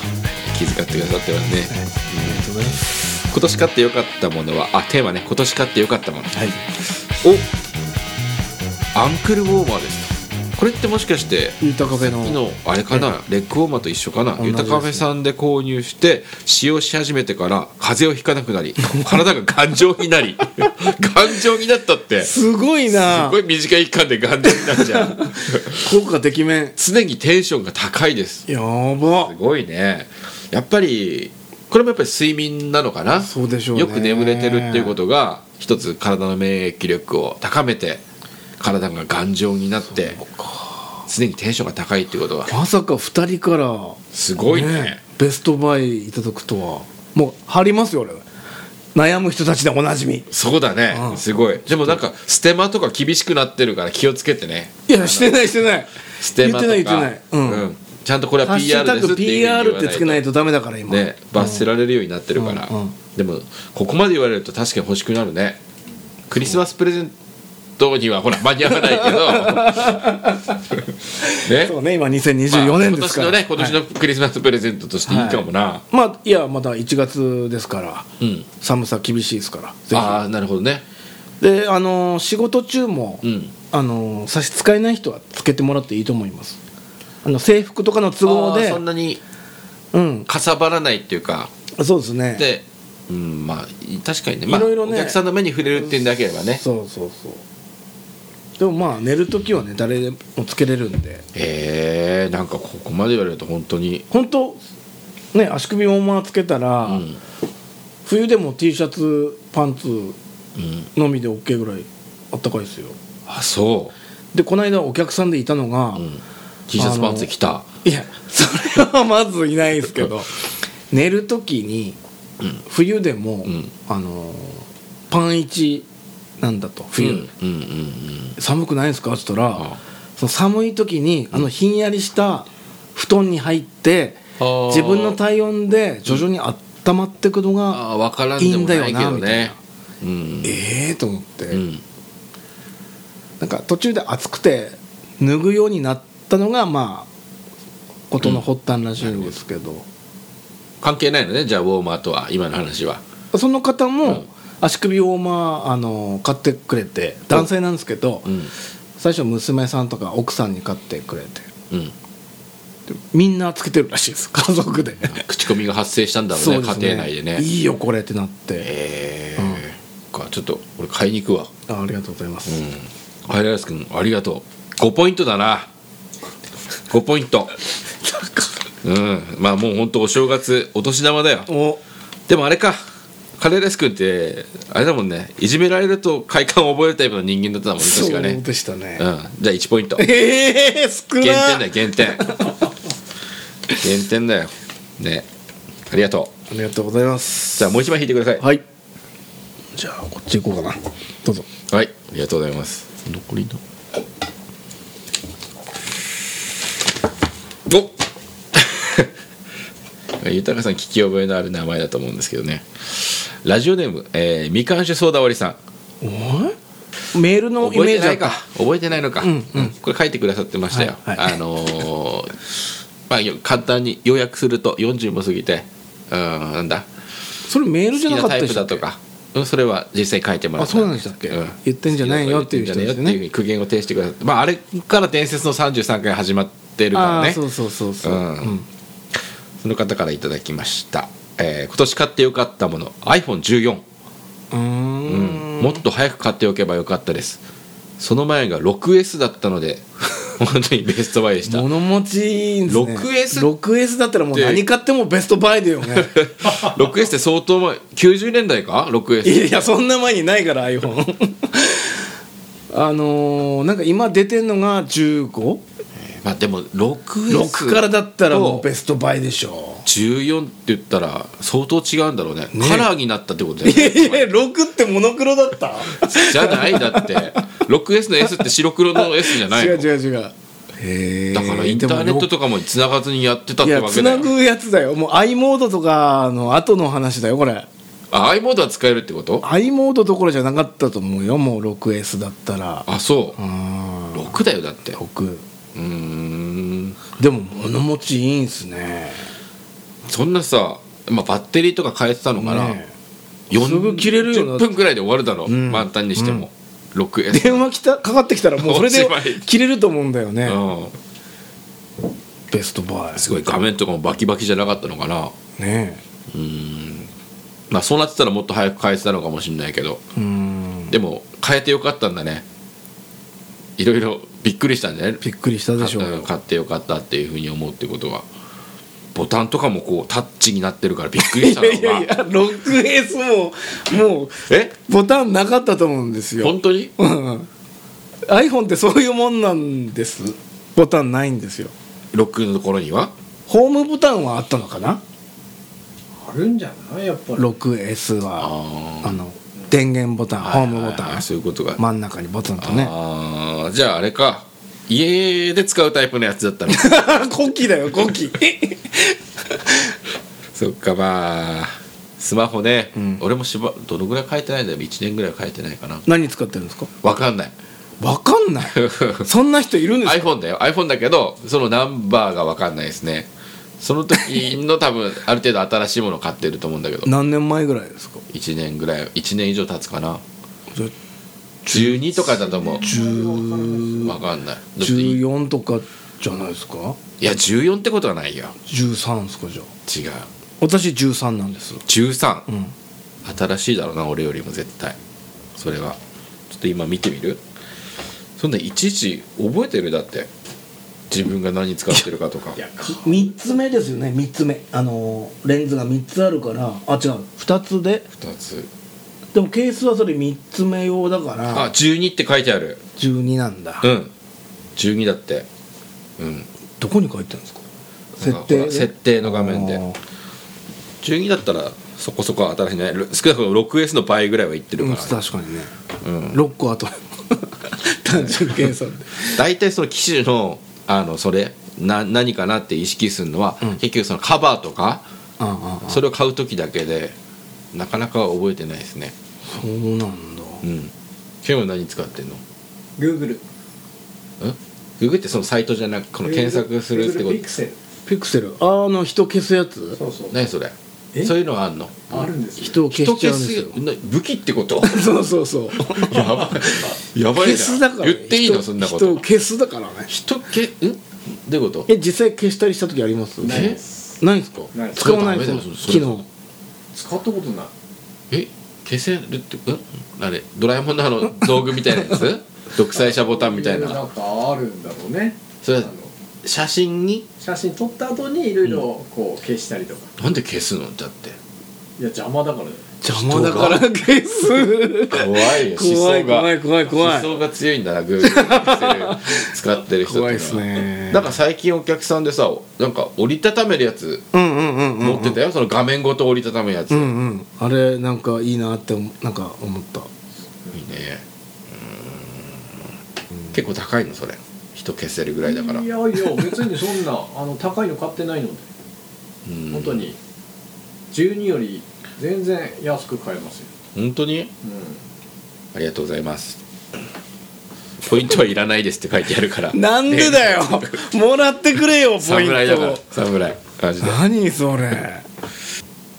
Speaker 1: 気遣ってくださってますね。
Speaker 2: ありがとうございます
Speaker 1: 今年買って良かったものは、あ、テーマね、今年買って良かったもの。
Speaker 2: はい
Speaker 1: おアンクルウォーマーですと。これってもしかして、
Speaker 2: ゆうたカフェ
Speaker 1: さ
Speaker 2: の
Speaker 1: っきのあれかなレッグウォーマーと一緒かな
Speaker 2: 同じ
Speaker 1: ゆ
Speaker 2: です
Speaker 1: たカフェさんで購入して使用し始めてから風邪をひかなくな り体が頑丈になり頑丈になったってす
Speaker 2: すごいな
Speaker 1: ごい短い期間で頑丈になっちゃう
Speaker 2: 効果てきめん
Speaker 1: 常にテンションが高いです
Speaker 2: やば
Speaker 1: すごいねやっぱりこれもやっぱり睡眠なのかな
Speaker 2: そうでしょうね
Speaker 1: よく眠れてるっていうことが一つ体の免疫力を高めて体が頑丈になって常にテンションが高いっていうことは
Speaker 2: まさか二人から
Speaker 1: すごいね
Speaker 2: ベストバイいただくとはもう貼りますよ俺悩む人たちでおなじみ
Speaker 1: そうだね、
Speaker 2: うん
Speaker 1: すごいでもなんかステマとか厳しくなってるから気をつけてね
Speaker 2: いやしてないしてない
Speaker 1: ステマとか
Speaker 2: 言ってない言ってないうん、
Speaker 1: うんちゃんとこれ
Speaker 2: ハ
Speaker 1: は
Speaker 2: ッシュ
Speaker 1: PR
Speaker 2: タ
Speaker 1: です
Speaker 2: グ
Speaker 1: っていうふうに言
Speaker 2: PR
Speaker 1: わ
Speaker 2: ってつけないとダメだから今、
Speaker 1: ね罰せられるようになってるから、
Speaker 2: うんうん
Speaker 1: でもここまで言われると確かに欲しくなるねクリスマスプレゼントにはほら間に合わないけ どね
Speaker 2: そうね今2024年ですから、
Speaker 1: まあ今年のね今年のクリスマスプレゼントとしていいかもな、
Speaker 2: まあいやまだ1月ですから、
Speaker 1: うん
Speaker 2: 寒さ厳しいですからぜ
Speaker 1: ああなるほどね
Speaker 2: ひであのー仕事中も、
Speaker 1: うん
Speaker 2: あのー差し支えない人はつけてもらっていいと思いますあの制服とかの都合
Speaker 1: あー
Speaker 2: で
Speaker 1: そんなに
Speaker 2: うん
Speaker 1: かさばらないっていうか
Speaker 2: そうですね
Speaker 1: で、うん、まあ確かにね,、まあ、
Speaker 2: いろいろね
Speaker 1: お客さんの目に触れるっていうんだければね
Speaker 2: そうそうそうでもまあ寝る時はね誰でもつけれるんで
Speaker 1: えー、なんかここまで言われると本当に
Speaker 2: 本当ね足首もまつけたら、
Speaker 1: うん
Speaker 2: 冬でも T シャツパンツ
Speaker 1: うん
Speaker 2: のみで OK ぐらいあったかいですよ
Speaker 1: あそ
Speaker 2: でこの間お客さんでいたのが、
Speaker 1: う、うん、T シャツパンツ着た
Speaker 2: いやそれはまずいないですけど寝る時に
Speaker 1: うん
Speaker 2: 冬でも、
Speaker 1: ん
Speaker 2: あのーパン1なんだと冬、
Speaker 1: うんうんうんうん
Speaker 2: 寒くないですか?」っつったら、
Speaker 1: あ
Speaker 2: その寒い時にあのひんやりした布団に入って
Speaker 1: あー
Speaker 2: 自分の体温で徐々に温まっていくのが、
Speaker 1: あ分からんでもないけど
Speaker 2: いいんだよ
Speaker 1: ね
Speaker 2: な
Speaker 1: うん
Speaker 2: ええー、と思って、
Speaker 1: うん
Speaker 2: なんか途中で暑くて脱ぐようになったのがまあことの発端らしいんですけど、
Speaker 1: 関係ないのねじゃあウォーマーとは今の話は
Speaker 2: その方
Speaker 1: う
Speaker 2: も
Speaker 1: ん
Speaker 2: 足首ウォーマーあの買ってくれて男性なんですけど、
Speaker 1: うん
Speaker 2: 最初娘さんとか奥さんに買ってくれて
Speaker 1: うん
Speaker 2: でみんなつけてるらしいです家族で。
Speaker 1: 口コミが発生したんだろうね
Speaker 2: です
Speaker 1: 家庭内でね
Speaker 2: いいよこれってなって、
Speaker 1: ええかちょっと俺買いに行くわ
Speaker 2: あありがとうございます、
Speaker 1: うんハイライス君ありがとう5ポイントだな5ポイントうんまあもうほんとお正月お年玉だよ
Speaker 2: お
Speaker 1: でもあれかカレーライス君ってあれだもんねいじめられると快感を覚えるタイプの人間だったもんね
Speaker 2: そ
Speaker 1: 確
Speaker 2: う
Speaker 1: かね
Speaker 2: でしたね、
Speaker 1: うんじゃあ1ポイント
Speaker 2: ええー、少
Speaker 1: 減点だ
Speaker 2: な
Speaker 1: よ
Speaker 2: い
Speaker 1: 減点減点だよねありがとう
Speaker 2: ありがとうございます
Speaker 1: じゃあもう一枚引いてください
Speaker 2: はいじゃあこっち行こうかなどうぞ
Speaker 1: はい、ありがとうございます。残りの。お。 豊さん聞き覚えのある名前だと思うんですけどね。ラジオネーム、えー、みかん酒ソーダ割りさん。
Speaker 2: おいメールのイ
Speaker 1: 覚
Speaker 2: メ
Speaker 1: え
Speaker 2: ー
Speaker 1: てな
Speaker 2: ジだっ
Speaker 1: いか
Speaker 2: た。
Speaker 1: 覚えてないのか。
Speaker 2: うんうん
Speaker 1: これ書いてくださってましたよ。
Speaker 2: はいはい
Speaker 1: あのーまあよ簡単に要約すると40も過ぎて、うんなんだ。
Speaker 2: それメール
Speaker 1: 好
Speaker 2: じ
Speaker 1: き
Speaker 2: ゃな
Speaker 1: な
Speaker 2: か
Speaker 1: タ
Speaker 2: った
Speaker 1: イ
Speaker 2: で
Speaker 1: プ
Speaker 2: した
Speaker 1: だ
Speaker 2: っけ
Speaker 1: とか。うん、それは実際書いてもら
Speaker 2: あそうなんでしたっけ言ってんじゃないよっていう人ですよね
Speaker 1: 言ってんじゃないよっていうふうに苦言を呈してくださってまああれから伝説の33回始まってるから
Speaker 2: ああ
Speaker 1: ね
Speaker 2: そ
Speaker 1: そう
Speaker 2: そうそうそう、
Speaker 1: うんの方からいただきました、えー今年買ってよかったもの iPhone14、う
Speaker 2: うんうー
Speaker 1: ん
Speaker 2: ん
Speaker 1: もっと早く買っておけばよかったですその前が 6S だったので 本当にベストバイでした
Speaker 2: 物持ちいいんですね
Speaker 1: 6S
Speaker 2: 6S だったらもう何買ってもベストバイだよね
Speaker 1: 6S って相当前90年代か 6S
Speaker 2: いやいやそんな前にないから iPhone あのーなんか今出てんのが15
Speaker 1: まあでも 6S
Speaker 2: 6からだったらもうベストバイでしょ
Speaker 1: 14って言ったら相当違うんだろうね
Speaker 2: ね
Speaker 1: カラーになったってことだ
Speaker 2: い
Speaker 1: よね
Speaker 2: や いや6ってモノクロだった
Speaker 1: じゃないだって 6S の S って白黒の S じゃない
Speaker 2: 違
Speaker 1: の
Speaker 2: う違う違うへえ
Speaker 1: だからインターネットとかも繋がずにやってたっ
Speaker 2: い
Speaker 1: て
Speaker 2: や
Speaker 1: わけ
Speaker 2: つ
Speaker 1: だよ
Speaker 2: なぐやつだよもう i モードとかの後の話だよこれ
Speaker 1: あ i モードは使えるってこと
Speaker 2: i モードどころじゃなかったと思うよもう 6S だったら
Speaker 1: あそうう
Speaker 2: ーん
Speaker 1: 6だよだってう
Speaker 2: 6
Speaker 1: ーん
Speaker 2: でも物持ちいいんすね
Speaker 1: そんなさ、まあ、バッテリーとか変えてたのかな、
Speaker 2: ね
Speaker 1: 四
Speaker 2: すぐ切れるよな
Speaker 1: 10分くらいで終わるだろ、
Speaker 2: ん
Speaker 1: 満タンにしても、6S
Speaker 2: 電話きたかかってきたらもうそれで
Speaker 1: おしまい
Speaker 2: 切れると思うんだよね、
Speaker 1: うん
Speaker 2: ベストバイ
Speaker 1: すごい画面とかもバキバキじゃなかったのかな
Speaker 2: ね
Speaker 1: うーんまあそうなってたらもっと早く変えてたのかもしれないけど
Speaker 2: えうん
Speaker 1: でも変えてよかったんだねいろいろびっくりしたんじゃない
Speaker 2: びっくりしたでしょう
Speaker 1: うん買ってよかったっていうふうに思うってことはボタンとかもこうタッチになってるからびっくり
Speaker 2: い
Speaker 1: したの
Speaker 2: や
Speaker 1: が
Speaker 2: いやいや 6S ももう
Speaker 1: え
Speaker 2: ボタンなかったと思うんですよ
Speaker 1: 本当に
Speaker 2: うん iPhone ってそういうもんなんですボタンないんですよ
Speaker 1: ロックのところには
Speaker 2: ホームボタンはあったのかな
Speaker 3: あるんじゃないやっぱり
Speaker 2: 6S は
Speaker 1: あ
Speaker 2: あの電源ボタン
Speaker 1: あ
Speaker 2: ホームボタン
Speaker 1: そういうことが、
Speaker 2: 真ん中にボタンとね
Speaker 1: あーじゃああれか家で使うタイプのやつだったの
Speaker 2: コキだよコキ
Speaker 1: そっかまあスマホね、
Speaker 2: うん
Speaker 1: 俺もしばどのぐらい変えてないんだよ1年ぐらい変えてないかな
Speaker 2: 何使ってるんですか
Speaker 1: わかんない
Speaker 2: わか んないそんな人いるんですか
Speaker 1: iPhone だよ iPhone だけどそのナンバーが分かんないですねその時の多分ある程度新しいもの買ってると思うんだけど
Speaker 2: 何年前ぐらいですか
Speaker 1: 1年ぐらい1年以上経つかな
Speaker 2: じゃ
Speaker 1: 12とかだと思う
Speaker 2: 10
Speaker 1: 分かんないだってい
Speaker 2: 14とかじゃないですか
Speaker 1: や14ってことはないよ
Speaker 2: 13ですかじゃ
Speaker 1: 違
Speaker 2: あ
Speaker 1: う
Speaker 2: 私13なんです
Speaker 1: 13、
Speaker 2: うん
Speaker 1: 新しいだろうな俺よりも絶対それはちょっと今見てみるそんないちいち覚えてるだって自分が何使ってるかとか
Speaker 3: いやか
Speaker 2: 3つ目ですよね3つ目あのレンズが3つあるからあ違う2つで
Speaker 1: 2つ
Speaker 2: でもケースはそれ3つ目用だから
Speaker 1: あ12って書いてある
Speaker 2: 12なんだ、
Speaker 1: うん12だってうん
Speaker 2: どこに書いてあるんですか設
Speaker 1: ほ
Speaker 2: 定
Speaker 1: ら
Speaker 2: で
Speaker 1: 設定の画面
Speaker 2: あ
Speaker 1: で
Speaker 2: ー
Speaker 1: 12だったらそこそこ新しいねル少なくとも 6S の倍ぐらいはいってる
Speaker 2: うん
Speaker 1: から、ね
Speaker 2: 確かにね
Speaker 1: うん
Speaker 2: 6個 あと単純計算で
Speaker 1: 大体その機種のあのそれな何かなって意識するのは、
Speaker 2: うん
Speaker 1: 結局そのカバーとか
Speaker 2: ああああ
Speaker 1: それを買う時だけでなかなか覚えてないですね
Speaker 2: そうなんだ
Speaker 1: うんケンは何使ってんの
Speaker 3: Google
Speaker 1: んググってそのサイトじゃなくこの検索するってこ
Speaker 3: Google ピクセル
Speaker 2: ピクセルあの人消すやつ
Speaker 3: そうそ
Speaker 1: と
Speaker 3: う
Speaker 1: 何それ
Speaker 3: え
Speaker 1: そういうのはあんの
Speaker 3: あるんですよ
Speaker 2: 人を消
Speaker 1: 人
Speaker 2: しちゃ
Speaker 1: 消
Speaker 2: うんです
Speaker 1: す
Speaker 2: よ
Speaker 1: な武器ってこと
Speaker 2: そうそうそう
Speaker 1: やばいやばいじ
Speaker 2: 消すだからね
Speaker 1: 言っていいの
Speaker 2: 人
Speaker 1: そんなこ
Speaker 2: 人を
Speaker 1: と
Speaker 2: 消すだからね
Speaker 1: 人けんどういうこと
Speaker 2: え実際消したりした時あります
Speaker 3: ない
Speaker 2: え
Speaker 3: です
Speaker 2: ないんすか
Speaker 3: ないです
Speaker 2: 使わないんす
Speaker 1: そ
Speaker 2: か
Speaker 1: れダメだよそ
Speaker 2: 機
Speaker 1: れ
Speaker 2: 能
Speaker 3: 使ったことない
Speaker 1: え消せるってうんあれドラえもんのあ の道具みたいなやつ独裁者ボタンみたい
Speaker 3: な
Speaker 1: なん
Speaker 3: かあるんだろうね
Speaker 1: そ
Speaker 3: あ
Speaker 1: れ
Speaker 3: の
Speaker 1: 写真に
Speaker 3: 写真撮った後にいろいろこう消したりとか
Speaker 1: なんで消すのだって
Speaker 3: いや邪魔だからね
Speaker 2: 邪魔だから消す
Speaker 1: 怖いよ
Speaker 2: 怖
Speaker 1: 思
Speaker 2: い
Speaker 1: 想が
Speaker 2: 怖い怖い怖い
Speaker 1: 思想が強いんだな Google の使ってる人ってのは
Speaker 2: 怖いっすね
Speaker 1: なんか最近お客さんでさなんか折りたためるやつ
Speaker 2: うんうんうんうん
Speaker 1: 持ってたよ、その画面ごと折りたたむやつ、
Speaker 2: う
Speaker 1: いいね
Speaker 2: んうんあれなんかいいなって思なんか思った
Speaker 1: うーん結構高いのそれ人消せるぐらいだから
Speaker 3: いやいや別にそんなあの高いの買ってないので
Speaker 1: うん
Speaker 3: 本当に12より全然安く買えますよ、
Speaker 1: 本当に
Speaker 3: う
Speaker 1: ありがとうございますポイントはいらないですって書いてあるから
Speaker 2: なんでだよもらってくれよポイ
Speaker 1: 侍だ
Speaker 2: ン
Speaker 1: から
Speaker 2: ト
Speaker 1: 侍マジで
Speaker 2: 何それ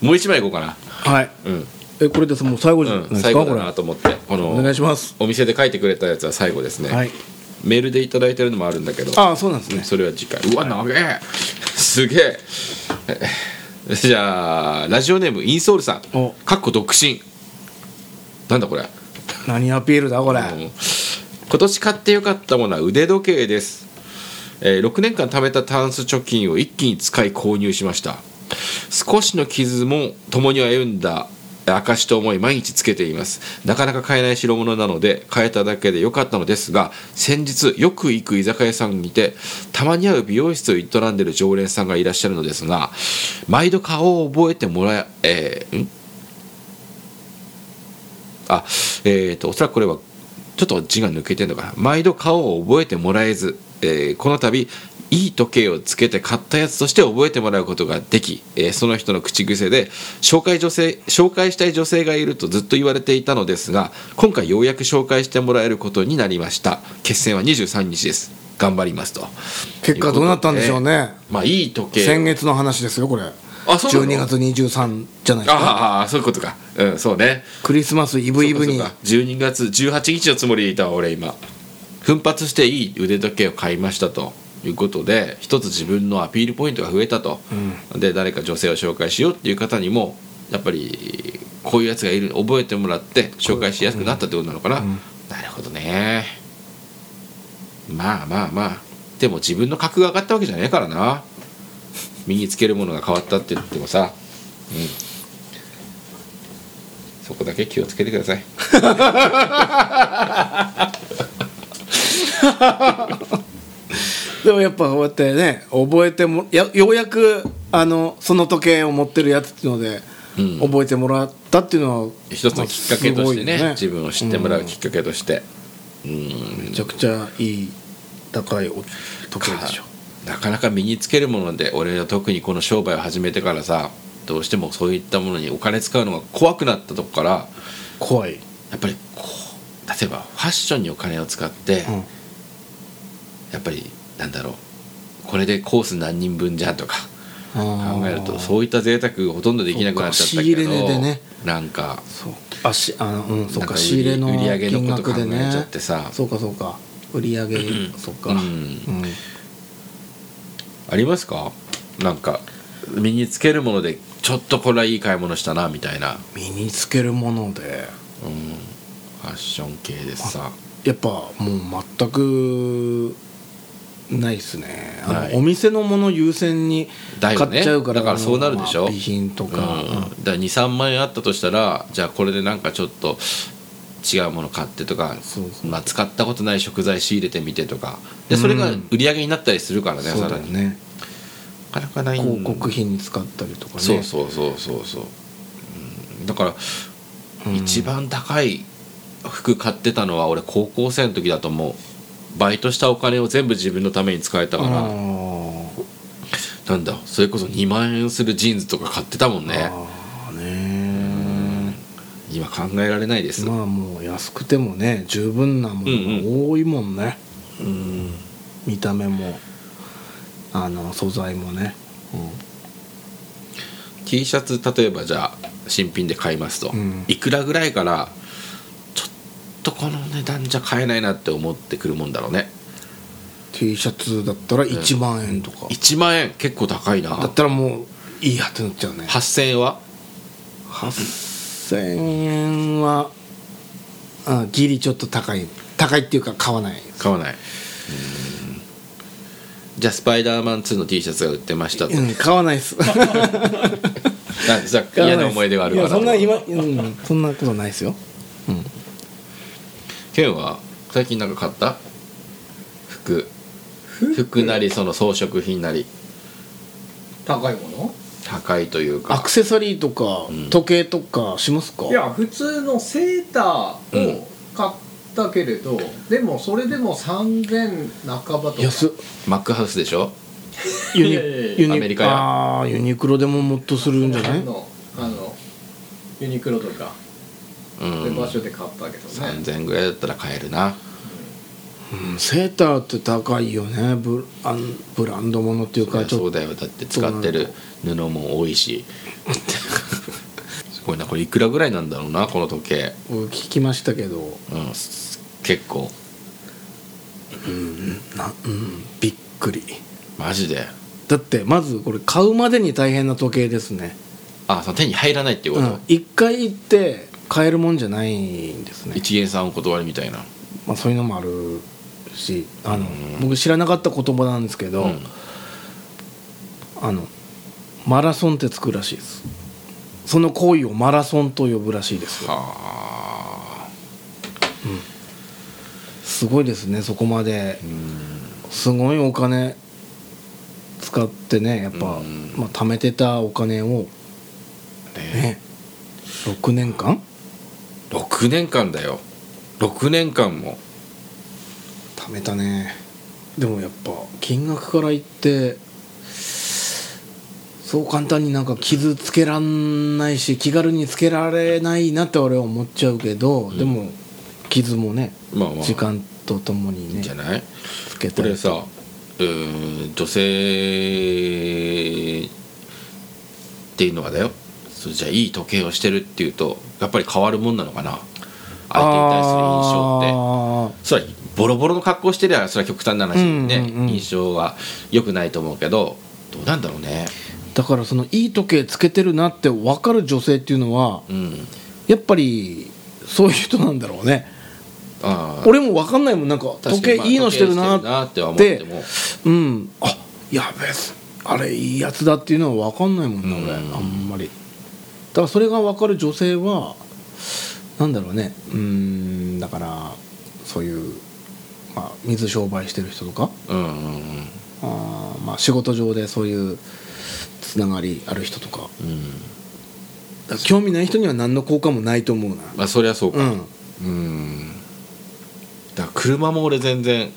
Speaker 1: もう一枚いこうかな
Speaker 2: はい
Speaker 1: うん、
Speaker 2: えこれですもう最後じゃない
Speaker 1: うん、
Speaker 2: ですか
Speaker 1: 最後だ
Speaker 2: これ
Speaker 1: なと思ってこの
Speaker 2: お願いします
Speaker 1: お店で書いてくれたやつは最後ですね、
Speaker 2: はい
Speaker 1: メールでいただいてるのもあるんだけど
Speaker 2: ああそうなんですね
Speaker 1: それは次回うわ長えすげええじゃあラジオネームインソールさん
Speaker 2: お
Speaker 1: かっこ独身なんだこれ
Speaker 2: 何アピールだこれ
Speaker 1: うん今年買ってよかったものは腕時計です、えー6年間貯めたタンス貯金を一気に使い購入しました少しの傷も共に歩んだ証と思い毎日つけていますなかなか買えない代物なので買えただけでよかったのですが先日よく行く居酒屋さんにてたまに会う美容室を営んでる常連さんがいらっしゃるのですが毎度顔を覚えてもらええーんあえー、とおそらくこれはちょっと字が抜けてるのかな毎度顔を覚えてもらえず、えーこの度いい時計をつけて買ったやつとして覚えてもらうことができ、えーその人の口癖で紹介女性紹介したい女性がいるとずっと言われていたのですが今回ようやく紹介してもらえることになりました決戦は23日です頑張りますと
Speaker 2: 結果どうなったんでしょうね
Speaker 1: まあいい時計
Speaker 2: 先月の話ですよこれ
Speaker 1: あそうな
Speaker 2: 12
Speaker 1: の
Speaker 2: 月23じゃないですか
Speaker 1: ああそういうことかうんそうね
Speaker 2: クリスマスイブイブに
Speaker 1: そうかそうか12月18日のつもりでいたわ俺今奮発していい腕時計を買いましたということで一つ自分のアピールポイントが増えたと、で誰か女性を紹介しようっていう方にもやっぱりこういうやつがいる覚えてもらって紹介しやすくなったってことなのかな、なるほどねまあまあまあでも自分の格が上がったわけじゃねえからな身につけるものが変わったって言ってもさ、うん、そこだけ気をつけてくだ さい
Speaker 2: でもやっぱこうやってね覚えてもやようやくあのその時計を持ってるやつっていうので、
Speaker 1: うん
Speaker 2: 覚えてもらったっていうのは
Speaker 1: 一つのきっかけとしてね,、
Speaker 2: まあす
Speaker 1: 自
Speaker 2: ごいよ
Speaker 1: 分を知ってもらうきっかけとしてうん
Speaker 2: うんめちゃくちゃいい高いお時計でしょ
Speaker 1: なかなか身につけるもので俺は特にこの商売を始めてからさどうしてもそういったものにお金使うのが怖くなったとこから
Speaker 2: 怖い、
Speaker 1: やっぱりこう例えばファッションにお金を使って、
Speaker 2: うん
Speaker 1: やっぱりなんだろうこれでコース何人分じゃんとか考えるとそういった贅沢ほとんどできなくなっちゃったけど
Speaker 2: そうか仕入れ値でね
Speaker 1: なんか
Speaker 2: そうあしあのうんそ
Speaker 1: な
Speaker 2: う
Speaker 1: んか
Speaker 2: か仕入れの
Speaker 1: 売り上げの
Speaker 2: 金
Speaker 1: こと
Speaker 2: 額でね
Speaker 1: 考えちゃってさ
Speaker 2: そうかそうか売り上げ、そうか、
Speaker 1: うん
Speaker 2: うん
Speaker 1: ありますかなんか身につけるものでちょっとこれはいい買い物したなみたいな、
Speaker 2: 身につけるもので
Speaker 1: うん、ファッション系でさ
Speaker 2: やっぱもう全くないですねあの
Speaker 1: ない
Speaker 2: お店のもの優先に
Speaker 1: だ
Speaker 2: 買
Speaker 1: よ
Speaker 2: っ
Speaker 1: ね
Speaker 2: ちゃうから
Speaker 1: だからそうなるでしょ
Speaker 2: まあ備品と
Speaker 1: うん、だ
Speaker 2: か、
Speaker 1: か
Speaker 2: う
Speaker 1: ら23万円あったとしたらじゃあこれでなんかちょっと違うもの買ってとか
Speaker 2: そうそう
Speaker 1: まあ、使ったことない食材仕入れてみてとかでそれが売り上げになったりするからね、
Speaker 2: んそ
Speaker 1: さ
Speaker 2: う
Speaker 1: ら
Speaker 2: だよ
Speaker 1: に
Speaker 2: ね
Speaker 1: なかなかないん
Speaker 2: 広告費に使ったりとかね
Speaker 1: そうそうそうそうそう、うん、だから
Speaker 2: うん
Speaker 1: 一番高い服買ってたのは俺高校生の時だと思うバイトしたお金を全部自分のために使えたか
Speaker 2: あ
Speaker 1: ら、
Speaker 2: ー
Speaker 1: なんだそれこそ2万円するジーンズとか買ってたもんね
Speaker 2: あーね
Speaker 1: 今考えられないです、
Speaker 2: まあもう安くてもね十分なも
Speaker 1: うん
Speaker 2: のが多いもんね、
Speaker 1: うん
Speaker 2: 見た目もあの素材もね、
Speaker 1: T シャツ例えばじゃあ新品で買いますと、
Speaker 2: うん
Speaker 1: いくらぐらいからちょっとこの値段じゃ買えないなって思ってくるもんだろうね
Speaker 2: T シャツだったら1万円とか、
Speaker 1: 1万円結構高いな
Speaker 2: だったらもういいやってなっちゃうね
Speaker 1: 8000円は
Speaker 2: 8000円はあギリちょっと高い高いっていうか買わない
Speaker 1: 買わないじゃあスパイダーマン2の T シャツが売ってましたと、
Speaker 2: うん買わないっす
Speaker 1: なんかじゃあ
Speaker 2: 買
Speaker 1: 嫌
Speaker 2: わっす
Speaker 1: な思い出がある
Speaker 2: い
Speaker 1: か
Speaker 2: や
Speaker 1: ら
Speaker 2: そんな今、うん、そんなことないですよ、うん、
Speaker 1: ケンは最近なんか買った服服なりその装飾品なり
Speaker 3: 高いもの
Speaker 1: 高いという
Speaker 2: ア
Speaker 1: か
Speaker 2: クセサリーとか、
Speaker 1: うん
Speaker 2: 時計とかしますか
Speaker 3: いや普通のセーターを買ったけれど、でもそれでも3000半ばとか
Speaker 2: 安っ
Speaker 1: マックハウスでしょ
Speaker 2: ユニ
Speaker 3: いやいやいや
Speaker 2: ユニ
Speaker 1: アメリカや
Speaker 2: あーユニクロでももっとするんじゃない
Speaker 3: のあのユニクロとか
Speaker 1: う
Speaker 3: そういうん場所で買ったけどね、
Speaker 1: 3000円ぐらいだったら買えるな
Speaker 2: うんセーターって高いよねブあのブランドものっていうかち
Speaker 1: そ
Speaker 2: ょ
Speaker 1: う
Speaker 2: っと
Speaker 1: だよだって使ってる布も多い しすごいなこれいくらぐらいなんだろうなこの時計、
Speaker 2: 僕聞きましたけど
Speaker 1: うん、す結構
Speaker 2: な、うん、びっくり
Speaker 1: マジで
Speaker 2: だってまずこれ買うまでに大変な時計ですね、
Speaker 1: あその手に入らないっていう
Speaker 2: う
Speaker 1: こ
Speaker 2: ん
Speaker 1: と、、
Speaker 2: 一回行って買えるもんじゃないんですね、
Speaker 1: 一元さんお断りみたいな
Speaker 2: まあ、そういうのもあるしあの、
Speaker 1: うん
Speaker 2: 僕知らなかった言葉なんですけど、
Speaker 1: うん
Speaker 2: あのマラソンってつくらしいですその行為をマラソンと呼ぶらしいですよ
Speaker 1: はあ
Speaker 2: すごいですねそこまですごいお金使ってねやっぱ、
Speaker 1: うん
Speaker 2: まあ、貯めてたお金を
Speaker 1: ね
Speaker 2: ね6年間
Speaker 1: 6年間だよ6年間も
Speaker 2: 貯めたねでもやっぱ金額から言ってそう簡単になんか傷つけらんないし気軽につけられないなって俺は思っちゃうけど、でも傷もね
Speaker 1: まあまあ
Speaker 2: 時間とともに
Speaker 1: いいん
Speaker 2: ね
Speaker 1: じゃない
Speaker 2: つけ
Speaker 1: こ
Speaker 2: たり
Speaker 1: れさうーん女性っていうのはだよそうじゃあいい時計をしてるっていうとやっぱり変わるもんなのかな相手に対する印象って
Speaker 2: 象
Speaker 1: そりゃボロボロの格好してりゃそれは極端な話ね、
Speaker 2: うんうんうん
Speaker 1: 印象が良くないと思うけどどうなんだろうね
Speaker 2: だからそのいい時計つけてるなって分かる女性っていうのは
Speaker 1: うん
Speaker 2: やっぱりそういう人なんだろうね
Speaker 1: ああ
Speaker 2: 俺も分かんないもんなんか時計いいのしてるな
Speaker 1: っ,、
Speaker 2: ってて
Speaker 1: まあ、時計してるなっては思っても
Speaker 2: うんあやべえっすあれいいやつだっていうのは分かんないもんな俺、
Speaker 1: うん
Speaker 2: あんまりだからそれが分かる女性はなんだろうねうーんだからそういう、まあ、水商売してる人とか
Speaker 1: うんうん
Speaker 2: あー、まあ、仕事上でそういうつながりある人とか
Speaker 1: うんうん
Speaker 2: だから興味ない人には何の効果もないと思うな
Speaker 1: まあそりゃそうか
Speaker 2: うん
Speaker 1: うんだから車も俺全然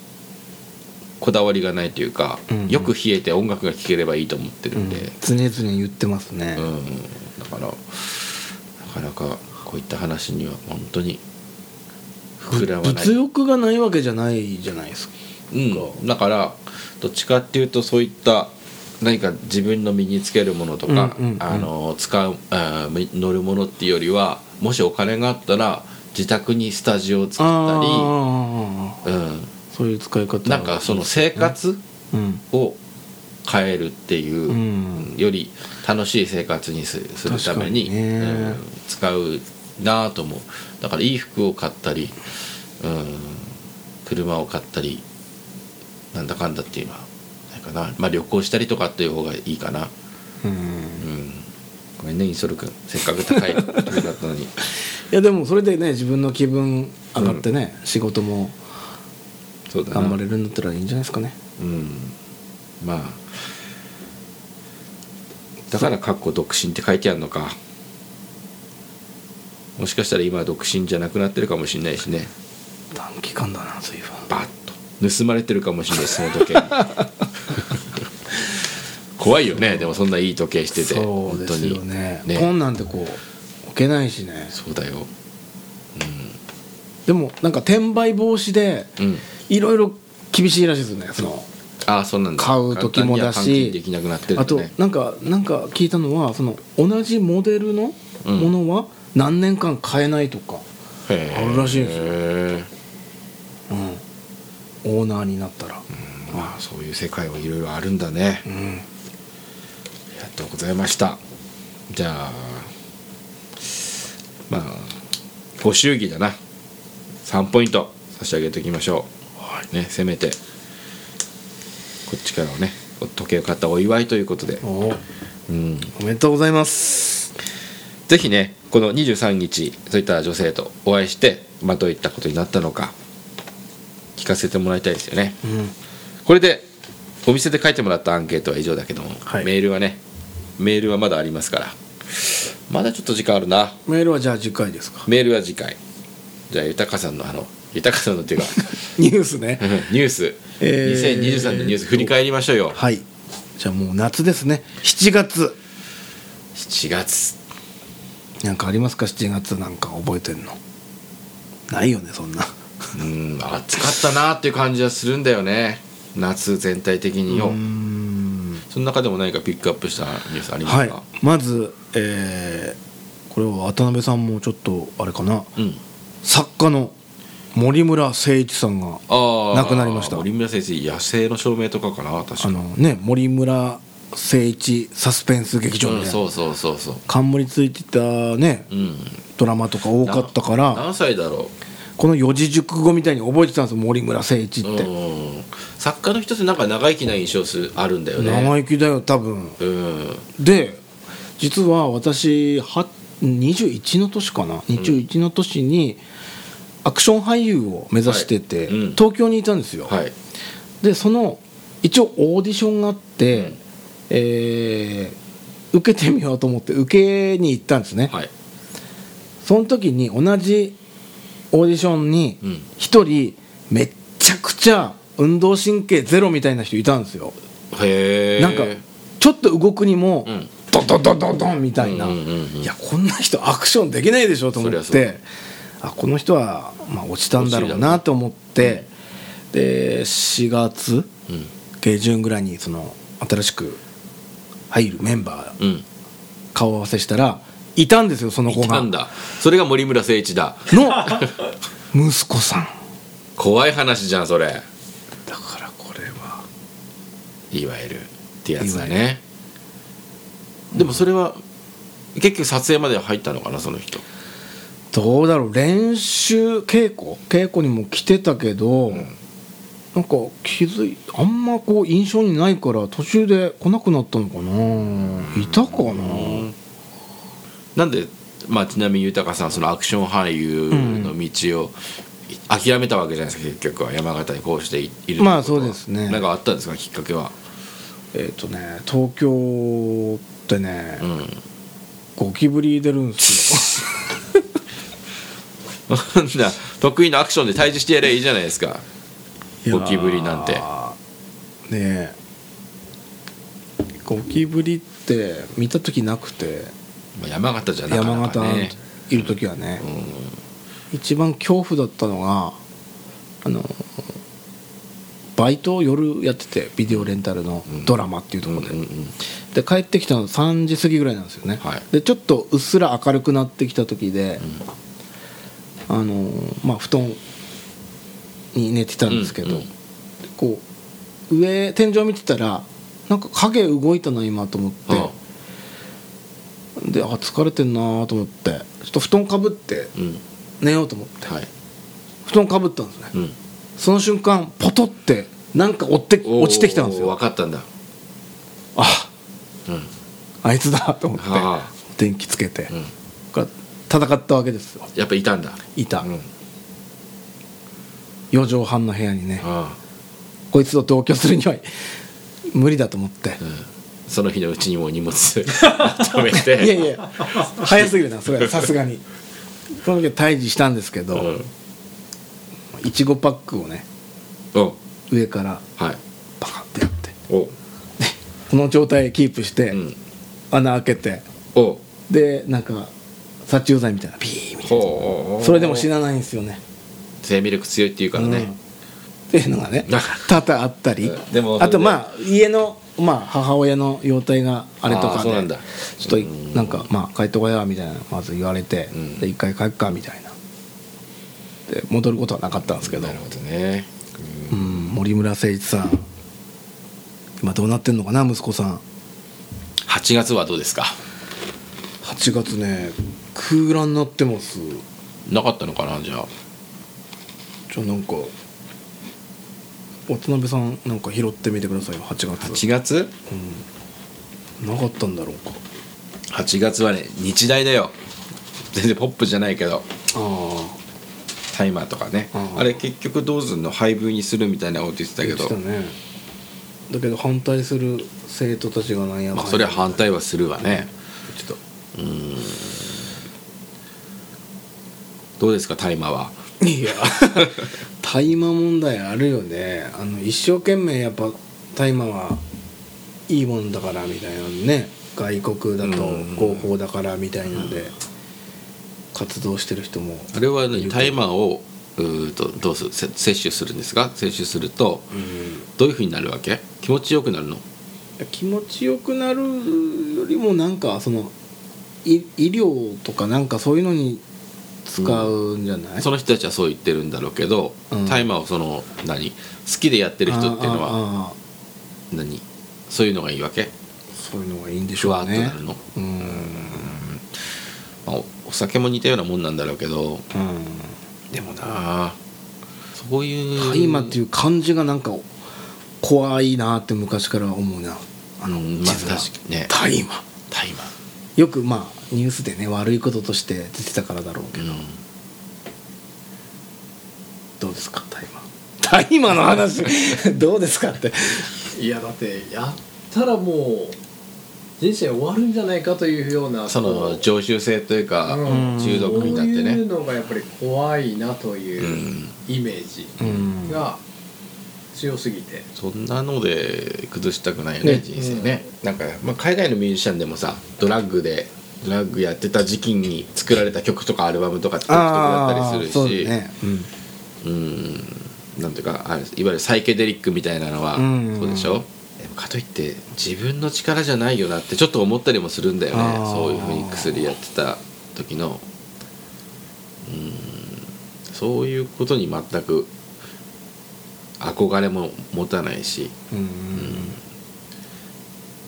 Speaker 1: こだわりがないというか、
Speaker 2: うんうん
Speaker 1: よく冷えて音楽が聴ければいいと思ってるんで、
Speaker 2: 常々言ってますね、
Speaker 1: うんだからなかなかこういった話には本当に膨らまない
Speaker 2: 物欲がないわけじゃないじゃないですか
Speaker 1: うん、だからどっちかっていうとそういった何か自分の身につけるものとか、
Speaker 2: うんうんうん
Speaker 1: あの使うあー乗るものっていうよりはもしお金があったら自宅にスタジオを作ったり
Speaker 2: あー
Speaker 1: う
Speaker 2: そういう使い方
Speaker 1: ん、なんかその生活
Speaker 2: うん、
Speaker 1: を変えるっていう、
Speaker 2: うん
Speaker 1: より楽しい生活にすするために
Speaker 2: 確かにね
Speaker 1: うん使うなぁと思うだからいい服を買ったり、うん、車を買ったりなんだかんだっていうのはないかな、まあ、旅行したりとかっていう方がいいかな
Speaker 2: うん
Speaker 1: うんごめんねイソル君せっかく高い旅だったの に
Speaker 2: いやでもそれでね自分の気分上がってね、仕事も
Speaker 1: そうだな
Speaker 2: 頑張れるんだったらいいんじゃないですかね
Speaker 1: うんまあだから「かっこ独身」って書いてあるのかもしかしたら今は独身じゃなくなってるかもしれないしね
Speaker 2: 短期間だな随分
Speaker 1: バッと盗まれてるかもしれないその時計 怖いよねでもそんないい時計してて
Speaker 2: そうですよね
Speaker 1: 本当に
Speaker 2: ポンなんてこう置けないしね
Speaker 1: そうだよ
Speaker 2: でもなんか転売防止で
Speaker 1: うん
Speaker 2: いろいろ厳しいらしいですよねその
Speaker 1: ああそうなんだ
Speaker 2: 買う時もだ
Speaker 1: 簡単には換金
Speaker 2: し
Speaker 1: できなくなってる
Speaker 2: あと
Speaker 1: ね
Speaker 2: なんかなんか聞いたのはその同じモデルの
Speaker 1: うん
Speaker 2: ものは何年間買えないとか、
Speaker 1: へー
Speaker 2: あるらしいんですよ
Speaker 1: へ
Speaker 2: うん、オーナーになったら
Speaker 1: ーまあそういう世界はいろいろあるんだね
Speaker 2: うん、
Speaker 1: ありがとうございましたじゃあまあご祝儀だな3ポイント差し上げておきましょう、ね、せめてこっちからはね時計を買ったお祝いということで、
Speaker 2: おお
Speaker 1: うん、
Speaker 2: おめでとうございます
Speaker 1: ぜひねこの23日そういった女性とお会いして、まあ、どういったことになったのか聞かせてもらいたいですよね
Speaker 2: うん
Speaker 1: これでお店で書いてもらったアンケートは以上だけども、
Speaker 2: はい
Speaker 1: メールはねメールはまだありますからまだちょっと時間あるな
Speaker 2: メールはじゃあ次回ですか
Speaker 1: メールは次回じゃあ豊さんのあの豊さんのっていう か
Speaker 2: ニュースね
Speaker 1: ニュース、
Speaker 2: えー
Speaker 1: 2023年ニュース振り返りましょうよ
Speaker 2: はいじゃあもう夏ですね7月
Speaker 1: 7月
Speaker 2: なんかありますか7月なんか覚えてんのないよねそんな
Speaker 1: うん暑かったなっていう感じはするんだよね夏全体的によ
Speaker 2: うん
Speaker 1: その中でも何かピックアップしたニュースありま
Speaker 2: は
Speaker 1: す
Speaker 2: い
Speaker 1: か、
Speaker 2: まずえーこれは渡辺さんもちょっとあれかな
Speaker 1: うん
Speaker 2: 作家の森村誠一さんが
Speaker 1: ああ
Speaker 2: 亡くなりました
Speaker 1: 森村先生野生の証明とかかな確か
Speaker 2: あのね森村誠一サスペンス劇場
Speaker 1: う
Speaker 2: み
Speaker 1: ん
Speaker 2: たい
Speaker 1: そ
Speaker 2: な
Speaker 1: うそうそうそう
Speaker 2: 冠ついてたね
Speaker 1: うん
Speaker 2: ドラマとか多かったから
Speaker 1: 何歳だろ
Speaker 2: この四字熟語みたいに覚えてたんですよ森村誠一っ
Speaker 1: う、
Speaker 2: て
Speaker 1: うん、作家の人ってなんか長生きな印象するあるんだよね
Speaker 2: 生意気だよ多分
Speaker 1: うん
Speaker 2: で実は私は21の年かな21の年にアクション俳優を目指してて、
Speaker 1: はいうん
Speaker 2: 東京にいたんですよ、
Speaker 1: はい
Speaker 2: でその一応オーディションがあって、
Speaker 1: うん
Speaker 2: えー受けてみようと思って受けに行ったんですね、
Speaker 1: はい
Speaker 2: その時に同じオーディションに
Speaker 1: うん
Speaker 2: 一人めっちゃくちゃ運動神経ゼロみたいな人いたんですよ、
Speaker 1: へえ
Speaker 2: なんかちょっと動くにも、
Speaker 1: うん
Speaker 2: ドンドンドンドンドンみたいな、
Speaker 1: うんうんうんうん
Speaker 2: いやこんな人アクションできないでしょと思っ
Speaker 1: そりゃ
Speaker 2: てあこの人は、まあ、落ちたんだろうなと思って、で4月
Speaker 1: うん
Speaker 2: 下旬ぐらいにその新しく入るメンバー
Speaker 1: うん
Speaker 2: 顔合わせしたらいたんですよその子
Speaker 1: いた
Speaker 2: が
Speaker 1: んだそれが森村誠一だ
Speaker 2: の息子さん
Speaker 1: 怖い話じゃんそれ
Speaker 2: だからこれはい
Speaker 1: わゆるってやつだ
Speaker 2: いわ
Speaker 1: ねでもそれは結局撮影までは入ったのかなその人
Speaker 2: どうだろう練習稽古稽古にも来てたけど、なんか気づいあんまこう印象にないから途中で来なくなったのかないたかな、
Speaker 1: なんで、まあ、ちなみに豊さんそのアクション俳優の道を諦めたわけじゃないですか結局は山形にこうしているといことは
Speaker 2: まあそうですね
Speaker 1: なんかあったんですかきっかけは
Speaker 2: えっ、とね東京ってね、
Speaker 1: うん
Speaker 2: ゴキブリ出るんですよ
Speaker 1: なんだ得意のアクションで退治してやればいいじゃないですか
Speaker 2: いやー
Speaker 1: ゴキブリなんて
Speaker 2: ねえゴキブリって見た時なくて
Speaker 1: まあ山形じゃなか
Speaker 2: 山
Speaker 1: な
Speaker 2: 形
Speaker 1: かね
Speaker 2: いる時はね、
Speaker 1: う
Speaker 2: 一番恐怖だったのがあのバイトを夜やっててビデオレンタルのドラマっていうと
Speaker 1: ん
Speaker 2: こ
Speaker 1: うん
Speaker 2: ろで、
Speaker 1: うんうん
Speaker 2: で帰ってきたの3時過ぎぐらいなんですよね、
Speaker 1: はい
Speaker 2: でちょっとうっすら明るくなってきた時で、あのまあ布団に寝てたんですけど、
Speaker 1: うんうん
Speaker 2: こう上天井見てたらなんか影動いたな今と思って、
Speaker 1: あ
Speaker 2: であ疲れてんなと思ってちょっと布団かぶって
Speaker 1: うん
Speaker 2: 寝ようと思って
Speaker 1: はい
Speaker 2: 布団かぶったんですね、
Speaker 1: うん
Speaker 2: その瞬間ポトってなんか追って落ちてきたんです
Speaker 1: おー
Speaker 2: よ
Speaker 1: 分かったんだ
Speaker 2: あ
Speaker 1: うん
Speaker 2: あいつだと思って
Speaker 1: はあ
Speaker 2: 電気つけて、
Speaker 1: うん
Speaker 2: が戦ったわけですよ
Speaker 1: やっぱいたんだ
Speaker 2: いた、
Speaker 1: うん
Speaker 2: 4畳半の部屋にね
Speaker 1: あ
Speaker 2: こいつと同居するには無理だと思って
Speaker 1: あ、う、ん、その日のうちにもう荷 物 止めて
Speaker 2: いやいや早すぎるなそれはさすがにその時は退治したんですけ
Speaker 1: うんう
Speaker 2: ど
Speaker 1: ん
Speaker 2: いちごパックをね上から
Speaker 1: はい
Speaker 2: パカッてやって
Speaker 1: お
Speaker 2: この状態キープして、
Speaker 1: うん
Speaker 2: 穴開けて
Speaker 1: お
Speaker 2: でなんか殺虫剤みたいなピーみたい
Speaker 1: ほう
Speaker 2: なそれでも死なないんですよね
Speaker 1: 生命力強いっていうから
Speaker 2: うん
Speaker 1: ね、
Speaker 2: っていうのがね
Speaker 1: なんか
Speaker 2: 多々あったり
Speaker 1: うんでも
Speaker 2: あとまあ家のまあ母親の容態があれと
Speaker 1: あー
Speaker 2: か
Speaker 1: そ
Speaker 2: で
Speaker 1: うなんだ
Speaker 2: ちょっ
Speaker 1: う
Speaker 2: と
Speaker 1: ん
Speaker 2: なんかまあ帰ってこいやみたいなのまず言われて
Speaker 1: うん
Speaker 2: で一回帰っかみたいなで戻ることはなかったんですけど
Speaker 1: なるほどね、
Speaker 2: う
Speaker 1: うん
Speaker 2: ん森村誠一さん今どうなってんのかな息子さん
Speaker 1: 8月はどうですか
Speaker 2: 8月ね空欄になってます
Speaker 1: なかったのかなじゃあ
Speaker 2: じゃあなんか渡辺さんなんか拾ってみてくださいよ8月
Speaker 1: 8月
Speaker 2: うん、なかったんだろうか
Speaker 1: 8月はね日大だよ全然ポップじゃないけど
Speaker 2: ああ
Speaker 1: タイマーとかね、
Speaker 2: うん
Speaker 1: あれ結局どうすんの配分にするみたいなこと言ってたけど、
Speaker 2: ねだけど反対する生徒たちがなんや
Speaker 1: まあ
Speaker 2: かんや
Speaker 1: それは反対はするわね、
Speaker 2: ちょっ
Speaker 1: どうですかタイマーは
Speaker 2: といや大麻問題あるよねあの一生懸命やっぱ大麻はいいもんだからみたいなのね外国だと
Speaker 1: うん
Speaker 2: 合法だからみたいなので活動してる人も
Speaker 1: あれはね
Speaker 2: 言うと
Speaker 1: タイマーをうーんとどうするせ摂取するんですか摂取すると
Speaker 2: うん
Speaker 1: どういうふうになるわけ気持ちよくなるの
Speaker 2: 気持ちよくなるよりもなんかそのい医療とかなんかそういうのに使うんじゃない、
Speaker 1: その人たちはそう言ってるんだろうけど、
Speaker 2: うん
Speaker 1: タイマーをその何好きでやってる人っていうの
Speaker 2: あ
Speaker 1: は
Speaker 2: あああ
Speaker 1: 何そういうのがいいわけ
Speaker 2: そういうのがいいんでし
Speaker 1: ふ
Speaker 2: ょ
Speaker 1: わ
Speaker 2: う
Speaker 1: っとな
Speaker 2: ね
Speaker 1: るの、
Speaker 2: うん
Speaker 1: まあおお酒も似たようなもんなんだろうけど
Speaker 2: うん
Speaker 1: でもなあそういう
Speaker 2: 大麻っていう感じがなんか怖いなって昔から思うなあの
Speaker 1: うんまあ
Speaker 2: 地図が
Speaker 1: 確かにね
Speaker 2: 大麻
Speaker 1: タイマー
Speaker 2: よくまあニュースでね悪いこととして出てたからだろうけど、どうですか大麻大麻の 話どうですかって
Speaker 3: いやだってやったらもう人生終わるんじゃないかというような
Speaker 1: その常習性というか、
Speaker 3: うん
Speaker 1: 中毒になって
Speaker 3: こういう
Speaker 1: ね
Speaker 3: のがやっぱり怖いなという
Speaker 1: うん
Speaker 3: イメージ
Speaker 2: うん
Speaker 3: が強すぎて、
Speaker 1: そんなので崩したくないよね
Speaker 2: ね
Speaker 1: 人生ね、なんか、まあ、海外のミュージシャンでもさドラッグでドラッグやってた時期に作られた曲とかアルバムとかって独特だったりす
Speaker 2: そう
Speaker 1: る
Speaker 2: だ
Speaker 1: し
Speaker 2: ね、
Speaker 1: う
Speaker 2: うん
Speaker 1: んなんていうかあれいわゆるサイケデリックみたいなのは
Speaker 2: うん
Speaker 1: そうでしょ、でもかといって自分の力じゃないよなってちょっと思ったりもするんだよ
Speaker 2: あ
Speaker 1: ね
Speaker 2: ー
Speaker 1: そういうふうに薬やってた時のうんそういうことに全く憧れも持たないし
Speaker 2: うん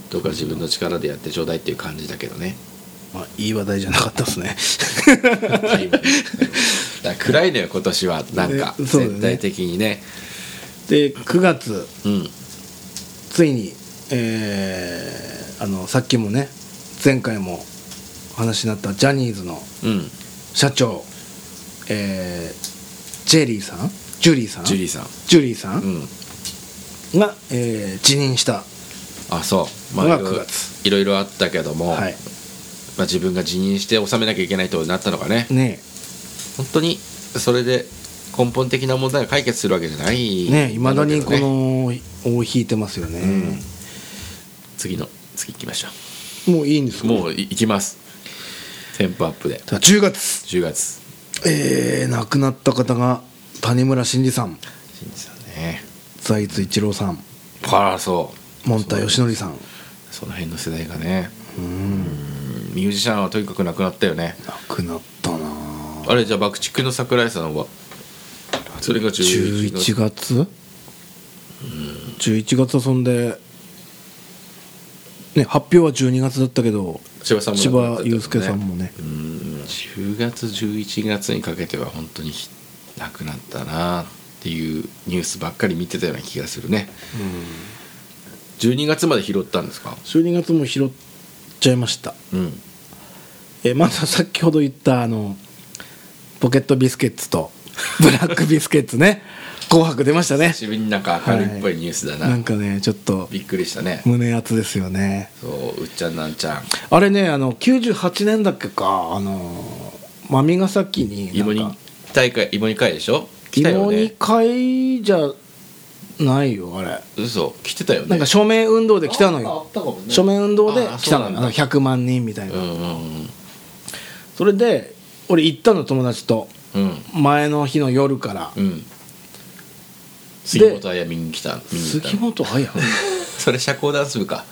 Speaker 1: どうか自分の力でやってちょうだいっていう感じだけど ね
Speaker 2: まあいい話題じゃなかったです ね
Speaker 1: だから暗いのよ今年はなんか
Speaker 2: ねそうだね
Speaker 1: 全体的にね
Speaker 2: で9月
Speaker 1: うん
Speaker 2: ついに、えーあのさっきもね前回もお話になったジャニーズの
Speaker 1: うん
Speaker 2: 社長、えージェリーさんジュリーさん
Speaker 1: ジュリーさん
Speaker 2: ジュリーさん
Speaker 1: うん
Speaker 2: が、えー辞任した、
Speaker 1: あそう、
Speaker 2: まあ
Speaker 1: いろいろ
Speaker 2: 9月
Speaker 1: いろいろあったけども、
Speaker 2: はい
Speaker 1: まあ、自分が辞任して納めなきゃいけないとなったのがね
Speaker 2: ね
Speaker 1: 本当にそれで根本的な問題が解決するわけじゃない
Speaker 2: ねいまだに
Speaker 1: だ
Speaker 2: こ
Speaker 1: ろうけどね
Speaker 2: の尾を引いてますよね、
Speaker 1: 次の次行きましょ
Speaker 2: もういいんです
Speaker 1: う
Speaker 2: か
Speaker 1: もうい行きますテンポアップで
Speaker 2: じゃあ10月、
Speaker 1: 10月
Speaker 2: えー亡くなった方が谷村新司さん
Speaker 1: 新司さんね
Speaker 2: 財津一郎さん
Speaker 1: ああそう
Speaker 2: モンタ
Speaker 1: そう
Speaker 2: ヨシノリさん
Speaker 1: その辺の世代がねうんミュージシャンはとにかくなくなったよね
Speaker 2: 亡くなったなぁ
Speaker 1: あれじゃあ爆竹の桜井さんはそれが11
Speaker 2: 11
Speaker 1: 月
Speaker 2: 月11月はそんで、ね、発表は12月だったけど
Speaker 1: 千葉さんも
Speaker 2: 千
Speaker 1: 亡くなっ
Speaker 2: 葉
Speaker 1: たってことね
Speaker 2: 雄介さんもね
Speaker 1: うん10月11月にかけては本当にひなくなったなっっていうニュースばっかり見てたような気がするね12月まで拾ったんですか
Speaker 2: 12月も拾っちゃいました
Speaker 1: うん
Speaker 2: えーまずは先ほど言ったあのポケットビスケッ ツとブラックビスケッツね「紅白」出ましたね
Speaker 1: 久しぶりになんか明るいっぽいニュースだな、
Speaker 2: なんかねちょっと
Speaker 1: びっくりしたね
Speaker 2: 胸熱ですよね
Speaker 1: そううっちゃんなんちゃん
Speaker 2: あれねあの98年だっけかあの真ヶ崎に
Speaker 1: 芋
Speaker 2: なん
Speaker 1: 煮
Speaker 2: か
Speaker 1: 大会芋煮会でしょ来たよ
Speaker 2: 芋煮
Speaker 1: ね
Speaker 2: 会じゃないよあれ
Speaker 1: 嘘来てたよね
Speaker 2: なんか署名運動で来たの
Speaker 3: ああ
Speaker 2: よ
Speaker 3: ったかもね
Speaker 2: 署名運動で来たの
Speaker 1: あそうなん
Speaker 2: よ
Speaker 1: だ
Speaker 2: あの100万人みたいな、
Speaker 1: うんうん
Speaker 2: それで俺行ったの友達と
Speaker 1: うん
Speaker 2: 前の日の夜から、
Speaker 1: うん杉本彩見に来た見に行った
Speaker 2: 杉本彩
Speaker 1: それ社交ダンス部か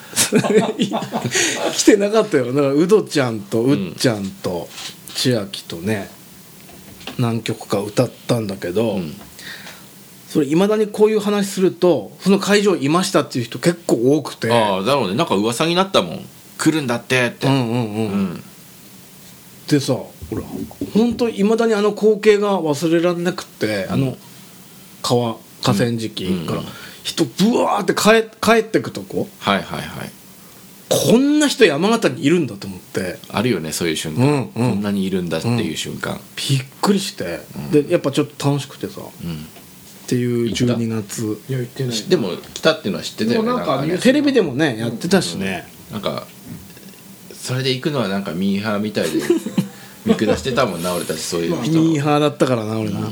Speaker 2: 来てなかったよだからウドちゃんとうっちゃんと千秋とね何曲か歌ったんだけど、
Speaker 1: うん
Speaker 2: それいまだにこういう話するとその会場いましたっていう人結構多くて
Speaker 1: ああだろうねなんか噂になったもん来るんだってって
Speaker 2: うんうんう、
Speaker 1: うんん
Speaker 2: でさ俺本当いまだにあの光景が忘れられなくて、あの川河川敷から、
Speaker 1: うんうん
Speaker 2: 人ブワーって帰帰ってくとこ
Speaker 1: はいはいはい
Speaker 2: こんな人山形にいるんだと思って
Speaker 1: あるよねそういう瞬
Speaker 2: う
Speaker 1: 間、
Speaker 2: んうん
Speaker 1: こんなにいるんだっていう瞬間
Speaker 2: びっくりして、でやっぱちょっと楽しくてさっ
Speaker 1: うん、
Speaker 2: ていう
Speaker 1: 行った
Speaker 2: 12月
Speaker 3: いや言ってない
Speaker 1: でも来たっていうのは知ってたよね
Speaker 3: もうなんか
Speaker 1: ね
Speaker 3: ニュース
Speaker 2: テレビでもねやってたしね、
Speaker 1: なんかそれで行くのはなんかミーハーみ たいで見下してたもんな俺たちそういう人
Speaker 2: ミーハーだったからな俺な、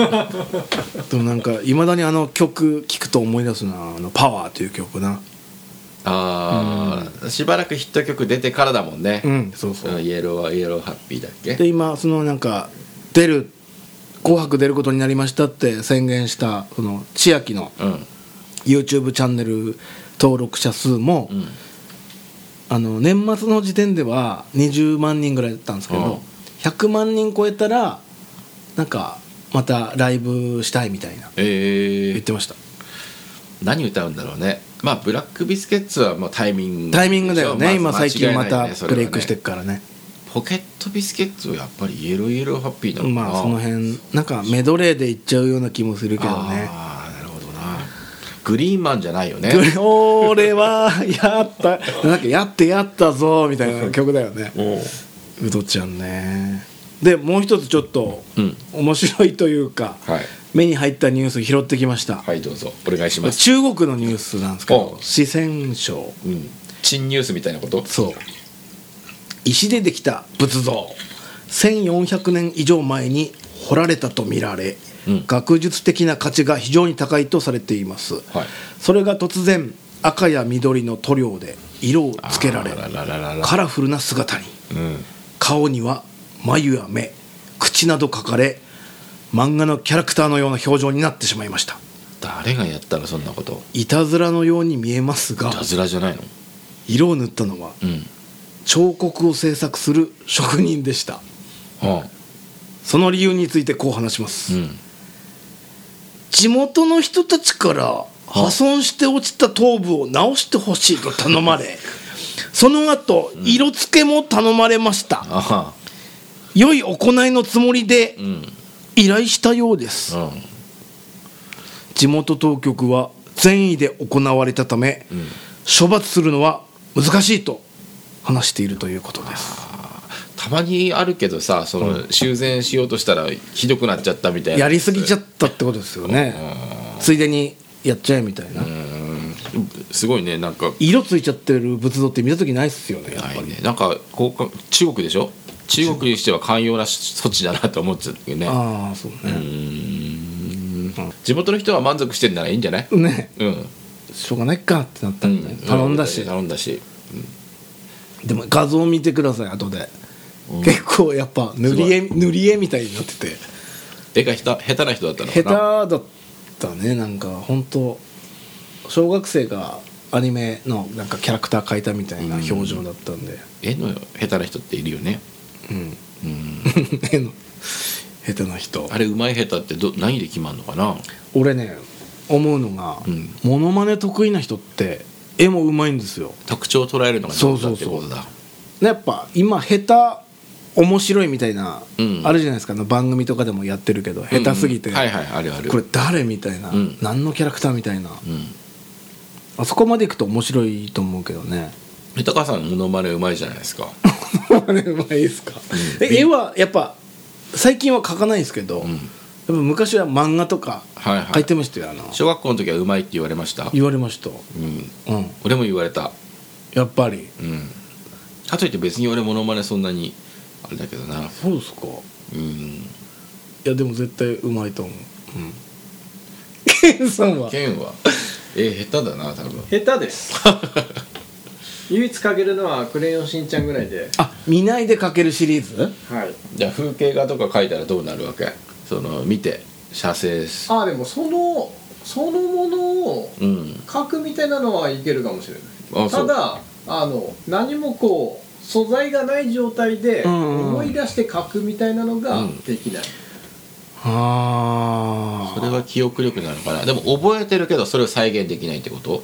Speaker 2: でもなんかいまだにあの曲聴くと思い出すな「あのパワーという曲な
Speaker 1: ああ、しばらくヒット曲出てからだもんね、
Speaker 2: うんそうそう、
Speaker 1: イエローはイエローハッピーだっけ
Speaker 2: で今そのなんか出る「紅白」出ることになりましたって宣言したその千秋の
Speaker 1: うん
Speaker 2: YouTube チャンネル登録者数も、
Speaker 1: うん
Speaker 2: あの年末の時点では20万人ぐらいだったんですけど、
Speaker 1: うん
Speaker 2: 100万人超えたらなんかまたライブしたいみたいな
Speaker 1: ええ
Speaker 2: 言ってました
Speaker 1: 何歌うんだろうねまあブラックビスケッツはもうタイミング
Speaker 2: タイミングだよね、
Speaker 1: まあ
Speaker 2: 今最近ま
Speaker 1: 間違いない
Speaker 2: た
Speaker 1: ねそれ
Speaker 2: ブ
Speaker 1: は
Speaker 2: レ
Speaker 1: ね
Speaker 2: イクしてくからね
Speaker 1: ポケットビスケッツはやっぱりイエローイエローハッピーなのかな
Speaker 2: まあその辺なんかメドレーでいっちゃうような気もするけどね
Speaker 1: ああなるほどなグリーンマンじゃないよね
Speaker 2: これ俺はやったなんかやってやったぞみたいな曲だよねうどちゃんねでもう一つちょっと
Speaker 1: うん
Speaker 2: 面白いというか、
Speaker 1: はい
Speaker 2: 目に入ったニュース拾ってきました、
Speaker 1: はいどうぞお願いします
Speaker 2: 中国のニュースなんですけど
Speaker 1: お
Speaker 2: 四川省
Speaker 1: うん珍ニュースみたいなこと
Speaker 2: そう石でできた仏像1400年以上前に掘られたとみられ、
Speaker 1: うん
Speaker 2: 学術的な価値が非常に高いとされています、
Speaker 1: はい
Speaker 2: それが突然赤や緑の塗料で色をつけられ
Speaker 1: あららららら
Speaker 2: カラフルな姿に
Speaker 1: うん
Speaker 2: 顔には眉や目口など描かれ漫画のキャラクターのような表情になってしまいました
Speaker 1: 誰がやったらそんなこと
Speaker 2: いたずらのように見えますが
Speaker 1: いたずらじゃないの
Speaker 2: 色を塗ったのは
Speaker 1: うん
Speaker 2: 彫刻を制作する職人でした
Speaker 1: あ
Speaker 2: その理由についてこう話します、
Speaker 1: うん
Speaker 2: 地元の人たちから破損して落ちた頭部を直してほしいと頼まれその後色付けも頼まれました、
Speaker 1: あは
Speaker 2: 良い行いのつもりで
Speaker 1: うんうん
Speaker 2: 依頼したようです、地元当局は善意で行われたため、
Speaker 1: ん
Speaker 2: 処罰するのは難しいと話しているということです
Speaker 1: たまにあるけどさその修繕しようとしたらひどくなっちゃったみたいな
Speaker 2: やりすぎちゃ
Speaker 1: っ
Speaker 2: ったってことですよね、ついでにやっちゃえみたいな、
Speaker 1: すごいねなんか
Speaker 2: 色ついちゃってる仏像って見た時ないっすよねやっぱ
Speaker 1: な
Speaker 2: り、
Speaker 1: いねなんかこうか中国でしょ中国にしては寛容な措置だなと思っちゃうけどね
Speaker 2: ああそうね、
Speaker 1: 地元の人は満足してんならいいんじゃない
Speaker 2: ね
Speaker 1: うん、
Speaker 2: しょうがないかってなったんで、
Speaker 1: うん
Speaker 2: 頼んだし、
Speaker 1: 頼んだし
Speaker 2: でも画像見てください後で、結構やっぱ塗り絵塗り絵みたいになってて
Speaker 1: 絵が下手下手な人だったのか
Speaker 2: 下手
Speaker 1: な
Speaker 2: だったねなんか本当小学生がアニメのなんかキャラクター描いたみたいな表情だったんで
Speaker 1: 絵の下手な人っているよね
Speaker 2: うん、
Speaker 1: うん
Speaker 2: 絵の下手な人
Speaker 1: あれうまい下手ってど何で決まるのかな
Speaker 2: 俺ね思うのが、
Speaker 1: うん
Speaker 2: モノマネ得意な人って絵もうまいんですよ
Speaker 1: 特徴を捉えるのが上手だってことだ
Speaker 2: ねやっぱ今下面白いみたいな、
Speaker 1: うん
Speaker 2: あるじゃないですかあの番組とかでもやってるけど下手すぎて、
Speaker 1: うんはいはいあるある
Speaker 2: これ誰みたいな、
Speaker 1: うん
Speaker 2: 何のキャラクターみたいな
Speaker 1: うん
Speaker 2: あそこまでいくと面白いと思うけどね
Speaker 1: 豊川さんモノマネうまいじゃないですか
Speaker 2: あれうまいですか、
Speaker 1: うん
Speaker 2: え絵はやっぱ最近は描かないですけど、
Speaker 1: う
Speaker 2: やっ
Speaker 1: ん
Speaker 2: ぱ昔は漫画とか
Speaker 1: はいはい
Speaker 2: 描いてましたよ、あの
Speaker 1: 小学校の時はうまいって言われました
Speaker 2: 言われました
Speaker 1: うん
Speaker 2: うん
Speaker 1: 俺も言われた
Speaker 2: やっぱり
Speaker 1: うんかといって別に俺モノマネそんなにあれだけどな
Speaker 2: そうですか
Speaker 1: うん
Speaker 2: いやでも絶対うまいと思ううんケンさんは
Speaker 1: 剣 はえ下手だな多分
Speaker 3: 下手です 唯一かけるのは「クレヨンしんちゃん」ぐらいで
Speaker 2: あ見ないで描けるシリーズ
Speaker 3: はい
Speaker 1: じゃあ風景画とか描いたらどうなるわけその見て写生し
Speaker 3: ああでもそのそのものを
Speaker 1: うん
Speaker 3: 書くみたいなのはいけるかもしれ
Speaker 1: あ
Speaker 3: ない
Speaker 1: そ
Speaker 3: た
Speaker 1: う
Speaker 3: だあの何もこう素材がない状態で
Speaker 2: うんうんうん
Speaker 3: 思い出して書くみたいなのが
Speaker 1: うん
Speaker 3: できない、
Speaker 2: ああ
Speaker 1: それは記憶力なのかなでも覚えてるけどそれを再現できないってこと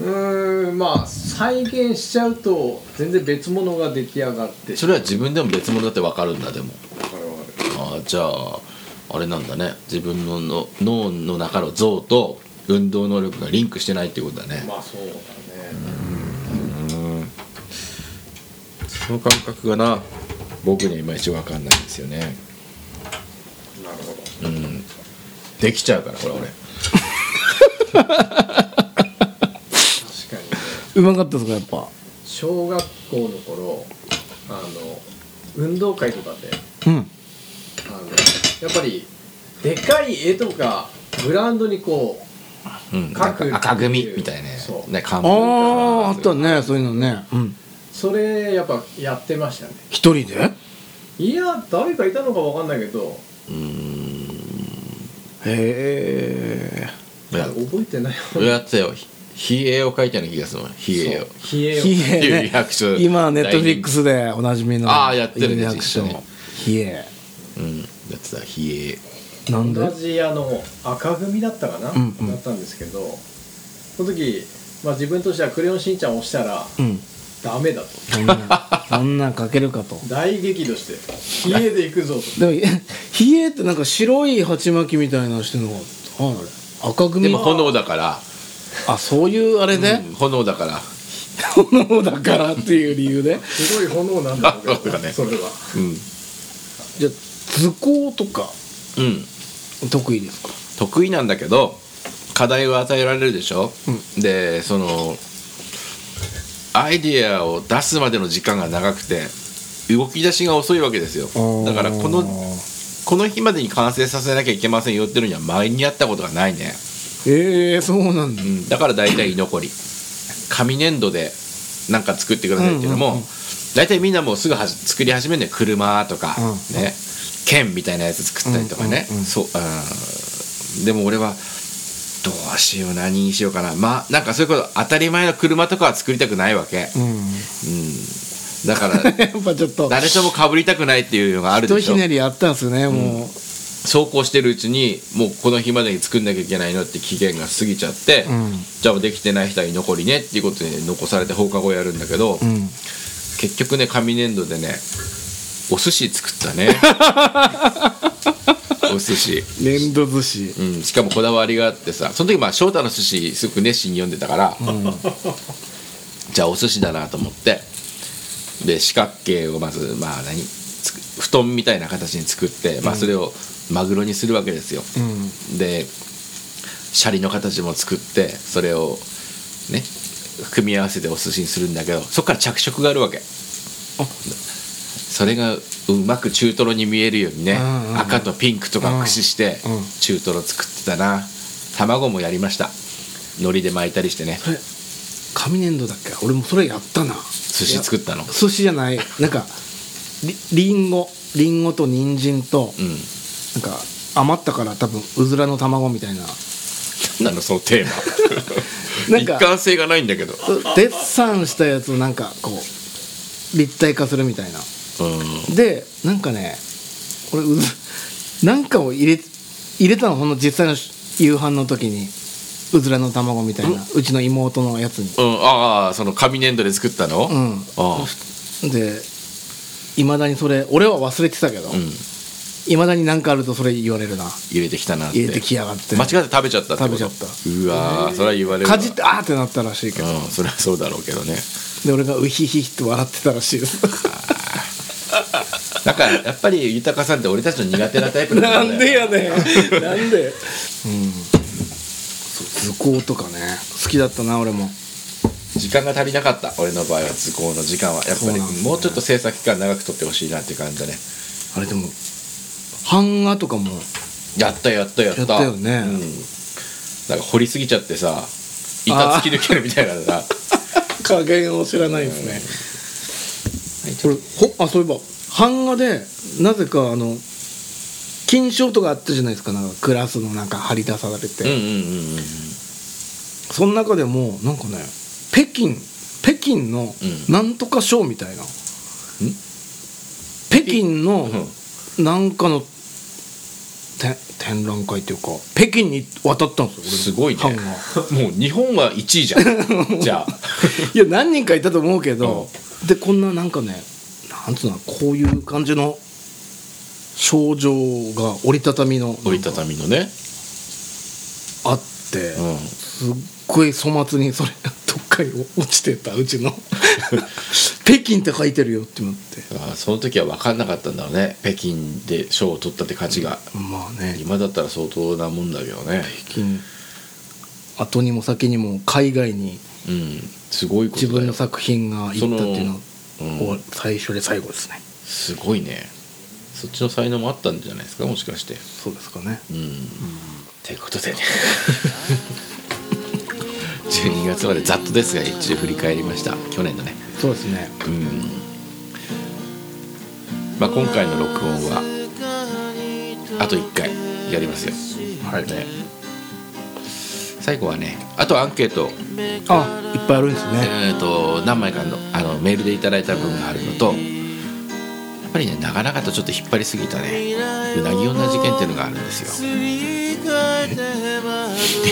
Speaker 3: うーんまあ再現しちゃうと全然別物が出来上がって
Speaker 1: それは自分でも別物だって分かるんだでも
Speaker 3: わかるわかる
Speaker 1: ああじゃああれなんだね自分のの脳の中の像と運動能力がリンクしてないってことだね、
Speaker 3: まあそうだね、
Speaker 1: うんその感覚がな僕にはいまいち分かんないんですよね
Speaker 3: なるほど
Speaker 1: うんできちゃうからこれ俺
Speaker 3: 確かにね
Speaker 2: うまかったですかやっぱ
Speaker 3: 小学校の頃あの運動会とかで
Speaker 2: うん
Speaker 3: あのやっぱりでかい絵とかグラウンドにこ
Speaker 1: うん、
Speaker 3: 書く
Speaker 1: なんか赤組みたいなね
Speaker 3: そう
Speaker 1: ね看
Speaker 2: あ
Speaker 1: 板
Speaker 2: ああったねそういうのねうん
Speaker 3: うそれやっぱやってましたね
Speaker 2: 一人で
Speaker 3: いや誰かいたのかわかんないけど
Speaker 1: うーん
Speaker 2: へ
Speaker 1: いや
Speaker 3: 覚えてない
Speaker 1: 俺やってたよひ冷えを書いたような気がするもん冷えを
Speaker 3: 冷
Speaker 2: え
Speaker 3: えを
Speaker 2: ひえね
Speaker 1: リアクション
Speaker 2: 今ネットフリックスでおなじみの
Speaker 1: あーやってるね
Speaker 2: リアクション
Speaker 1: 実際ね
Speaker 2: ひえ
Speaker 1: うんやってた冷え
Speaker 2: なんで
Speaker 3: 同じあの赤組だったかな、
Speaker 2: うんうん
Speaker 3: だったんですけどその時、まあ、自分としては「クレヨンしんちゃん」を押したら
Speaker 2: うん
Speaker 3: ダメだと
Speaker 2: そんなそんなんかけるかと
Speaker 3: 大激怒して「冷えで行くぞ」と
Speaker 2: でもひえってなんか白い鉢巻きみたいなのしてるのがああれ赤
Speaker 1: で
Speaker 2: 組
Speaker 1: も炎だから、
Speaker 2: あそういうあれ で、
Speaker 1: うん炎だから
Speaker 2: 炎だからっていう理由です
Speaker 3: ごい炎なんだろう
Speaker 1: そ
Speaker 3: け
Speaker 1: うだ
Speaker 3: ど
Speaker 1: ね
Speaker 3: それは
Speaker 1: うん
Speaker 2: じゃあ図工とか
Speaker 1: うん
Speaker 2: 得意ですか
Speaker 1: 得意なんだけど課題を与えられるでしょ、でそのアイディアを出すまでの時間が長くて動き出しが遅いわけですよだからこのこの日までに完成させなきゃいけませんよっていうのには前にやったことがないね、
Speaker 2: ええそうなんだ
Speaker 1: うん、だから大体居残り紙粘土でなんか作ってくださいっていうの
Speaker 2: うんうん
Speaker 1: も
Speaker 2: うん
Speaker 1: 大体みんなもうすぐはじ作り始めるんだよ車とか
Speaker 2: う
Speaker 1: ね剣みたいなやつ作ったりとかね
Speaker 2: うんうんうん
Speaker 1: そうあーでも俺はどうしよう何にしようかなまあなんかそういうこと当たり前の車とかは作りたくないわけ
Speaker 2: うん
Speaker 1: うんだから
Speaker 2: やっぱちょっと
Speaker 1: 誰とも被りたくないっていうのがある
Speaker 2: ひと
Speaker 1: でし
Speaker 2: ひ
Speaker 1: ょ
Speaker 2: ねりあったんですねもう、
Speaker 1: 走行してるうちにもうこの日までに作んなきゃいけないのって期限が過ぎちゃって、
Speaker 2: うん
Speaker 1: じゃあできてない人は居残りねっていうことで残されて放課後やるんだけど、
Speaker 2: うん、
Speaker 1: 結局ね紙粘土でねお寿司作った ねお寿司、
Speaker 2: 粘土寿司
Speaker 1: うん、しかもこだわりがあってさその時まあ翔太の寿司すごく熱心に読んでたから、じゃあお寿司だなと思ってで四角形をまずまあ何つく布団みたいな形に作って、まあ、それをマグロにするわけですよ、
Speaker 2: うん
Speaker 1: でシャリの形も作ってそれをね組み合わせてお寿司にするんだけどそこから着色があるわけそれがうまく中トロに見えるようにね、
Speaker 2: うんうんうん
Speaker 1: 赤とピンクとか駆使して
Speaker 2: うんうん
Speaker 1: 中トロ作ってたな卵もやりました海苔で巻いたりしてね
Speaker 2: それ紙粘土だっけ俺もそれやったな
Speaker 1: 寿司作ったの
Speaker 2: いや寿司じゃないなんかりりんごりんごと人参と、
Speaker 1: うん
Speaker 2: なんか余ったから多分うずらの卵みたいな
Speaker 1: 何なのそのテーマ
Speaker 2: なんか
Speaker 1: 一貫性がないんだけど
Speaker 2: デッサンしたやつをなんかこう立体化するみたいな
Speaker 1: うん
Speaker 2: でなんかね俺うずなんかを入れ入れたのほんの実際の夕飯の時にうずらの卵みたいなうちの妹のやつに
Speaker 1: うん、ああその紙粘土で作ったの、
Speaker 2: うん
Speaker 1: ああ
Speaker 2: でいまだにそれ俺は忘れてたけど
Speaker 1: うん
Speaker 2: いま、未だに何かあるとそれ言われるな
Speaker 1: 入れてきたなって
Speaker 2: 入れてきやがって
Speaker 1: 間違って食べちゃったってこと
Speaker 2: 食べちゃった
Speaker 1: うわーそれは言われるわ
Speaker 2: かじってあーってなったらしいけ
Speaker 1: う
Speaker 2: ど、
Speaker 1: んそれはそうだろうけどね
Speaker 2: で俺がウヒヒヒって笑ってたらし いです
Speaker 1: だからやっぱり豊さんって俺たちの苦手なタイプなんだよね
Speaker 2: や ねんなんでうんそう図工とかね好きだったな俺も
Speaker 1: 時間が足りなかった俺の場合は図工の時間はやっぱ
Speaker 2: そう
Speaker 1: り
Speaker 2: なんですね
Speaker 1: もうちょっと制作期間長く取ってほしいなって感じだね
Speaker 2: あれでも版画とかも
Speaker 1: やったやったやった
Speaker 2: やったよね
Speaker 1: うん、なんか掘りすぎちゃってさ板突き抜けるみたいなさ
Speaker 2: 加減を知らないですねこれほあそういえば版画でなぜかあの金賞とかあったじゃないですかなんかクラスのなんか張り出されて、
Speaker 1: うんうんうんうん
Speaker 2: その中でもなんかね北京北京の
Speaker 1: うん
Speaker 2: なんとか賞みたいな、北京のなんかのて展覧会っていうか北京に渡ったんですよ俺
Speaker 1: すごいね
Speaker 2: 版画
Speaker 1: もう日本は1位じゃん じゃあ
Speaker 2: いや何人かいたと思うけど、でこんななんかねなんつうのこういう感じの症状が折りたたみの
Speaker 1: 折りたたみのね、
Speaker 2: あって、
Speaker 1: うん、
Speaker 2: すっごい粗末にそれどっかに落ちてたうち の北京って書いてるよって思って
Speaker 1: あーその時は分かんなかったんだろうね北京で賞を取ったって価値が、
Speaker 2: まあね
Speaker 1: 今だったら相当なもんだけどね
Speaker 2: 北京後にも先にも海外に
Speaker 1: うんすごいことだ
Speaker 2: 自
Speaker 1: よ
Speaker 2: 分の作品がいったっていうの
Speaker 1: その
Speaker 2: を
Speaker 1: うん
Speaker 2: 最初で最後ですね
Speaker 1: すごいねそっちの才能もあったんじゃないですかもしかして
Speaker 2: そうですかね
Speaker 1: うんということでね 12月までざっとですが一応振り返りました去年のね
Speaker 2: そうですね
Speaker 1: うんまあ今回の録音はあと1回やりますよ
Speaker 2: はい
Speaker 1: ね最後はねあとアンケート
Speaker 2: あいっぱいあるんですね
Speaker 1: えー、と何枚かのあのメールでいただいた分があるのとやっぱりね長々とちょっと引っ張りすぎたねうなぎ女事件っていうのがあるんですよ。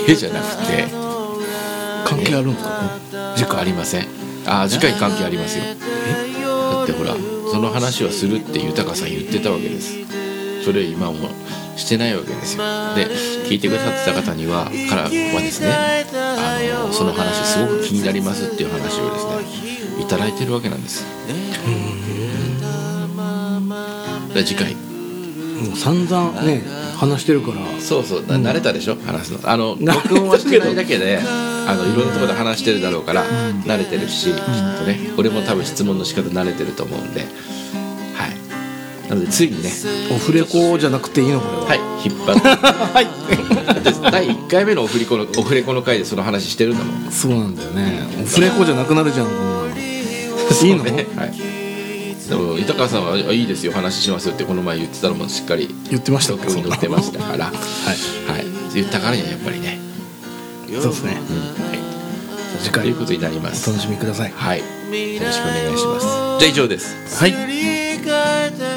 Speaker 1: でじゃなくて
Speaker 2: 関係あるんですか
Speaker 1: 事故ありませんあ次回関係ありますよだってほらその話はするって豊さん言ってたわけですそれ今もしてないわけですよで聞いてくださってた方にはからはですねあのその話すごく気になりますっていう話をですねいただいてるわけなんですで次回
Speaker 2: もう散々ね話してるから
Speaker 1: そうそう、な慣れたでしょ話すのあ の
Speaker 2: 慣れたけど
Speaker 1: 録音はしてないだけであのいろんなところで話してるだろうから、慣れてるし、きっとね俺も多分質問の仕方慣れてると思うんではいなのでついにね
Speaker 2: オフレコじゃなくていいのこ
Speaker 1: は
Speaker 2: れは
Speaker 1: い引っ張 ってだって第1回目のオフレコのオフレコの回でその話してるんだもん
Speaker 2: そうなんだよねオフレコじゃなくなるじゃんこんなのいいの
Speaker 1: ね はいでも豊川さんはあ「いいですよ話しますよ」ってこの前言ってたのもしっかり
Speaker 2: 言ってましたっけ
Speaker 1: 録音に載ってましたからはい、言ったからにはやっぱりね、
Speaker 2: そうですね
Speaker 1: うんはい、
Speaker 2: 次
Speaker 1: とい
Speaker 2: 回
Speaker 1: うことになりま
Speaker 2: お
Speaker 1: す
Speaker 2: 楽しみください
Speaker 1: はい。よろしくお願いします。じゃあ以上です。
Speaker 2: はい
Speaker 4: 振り返って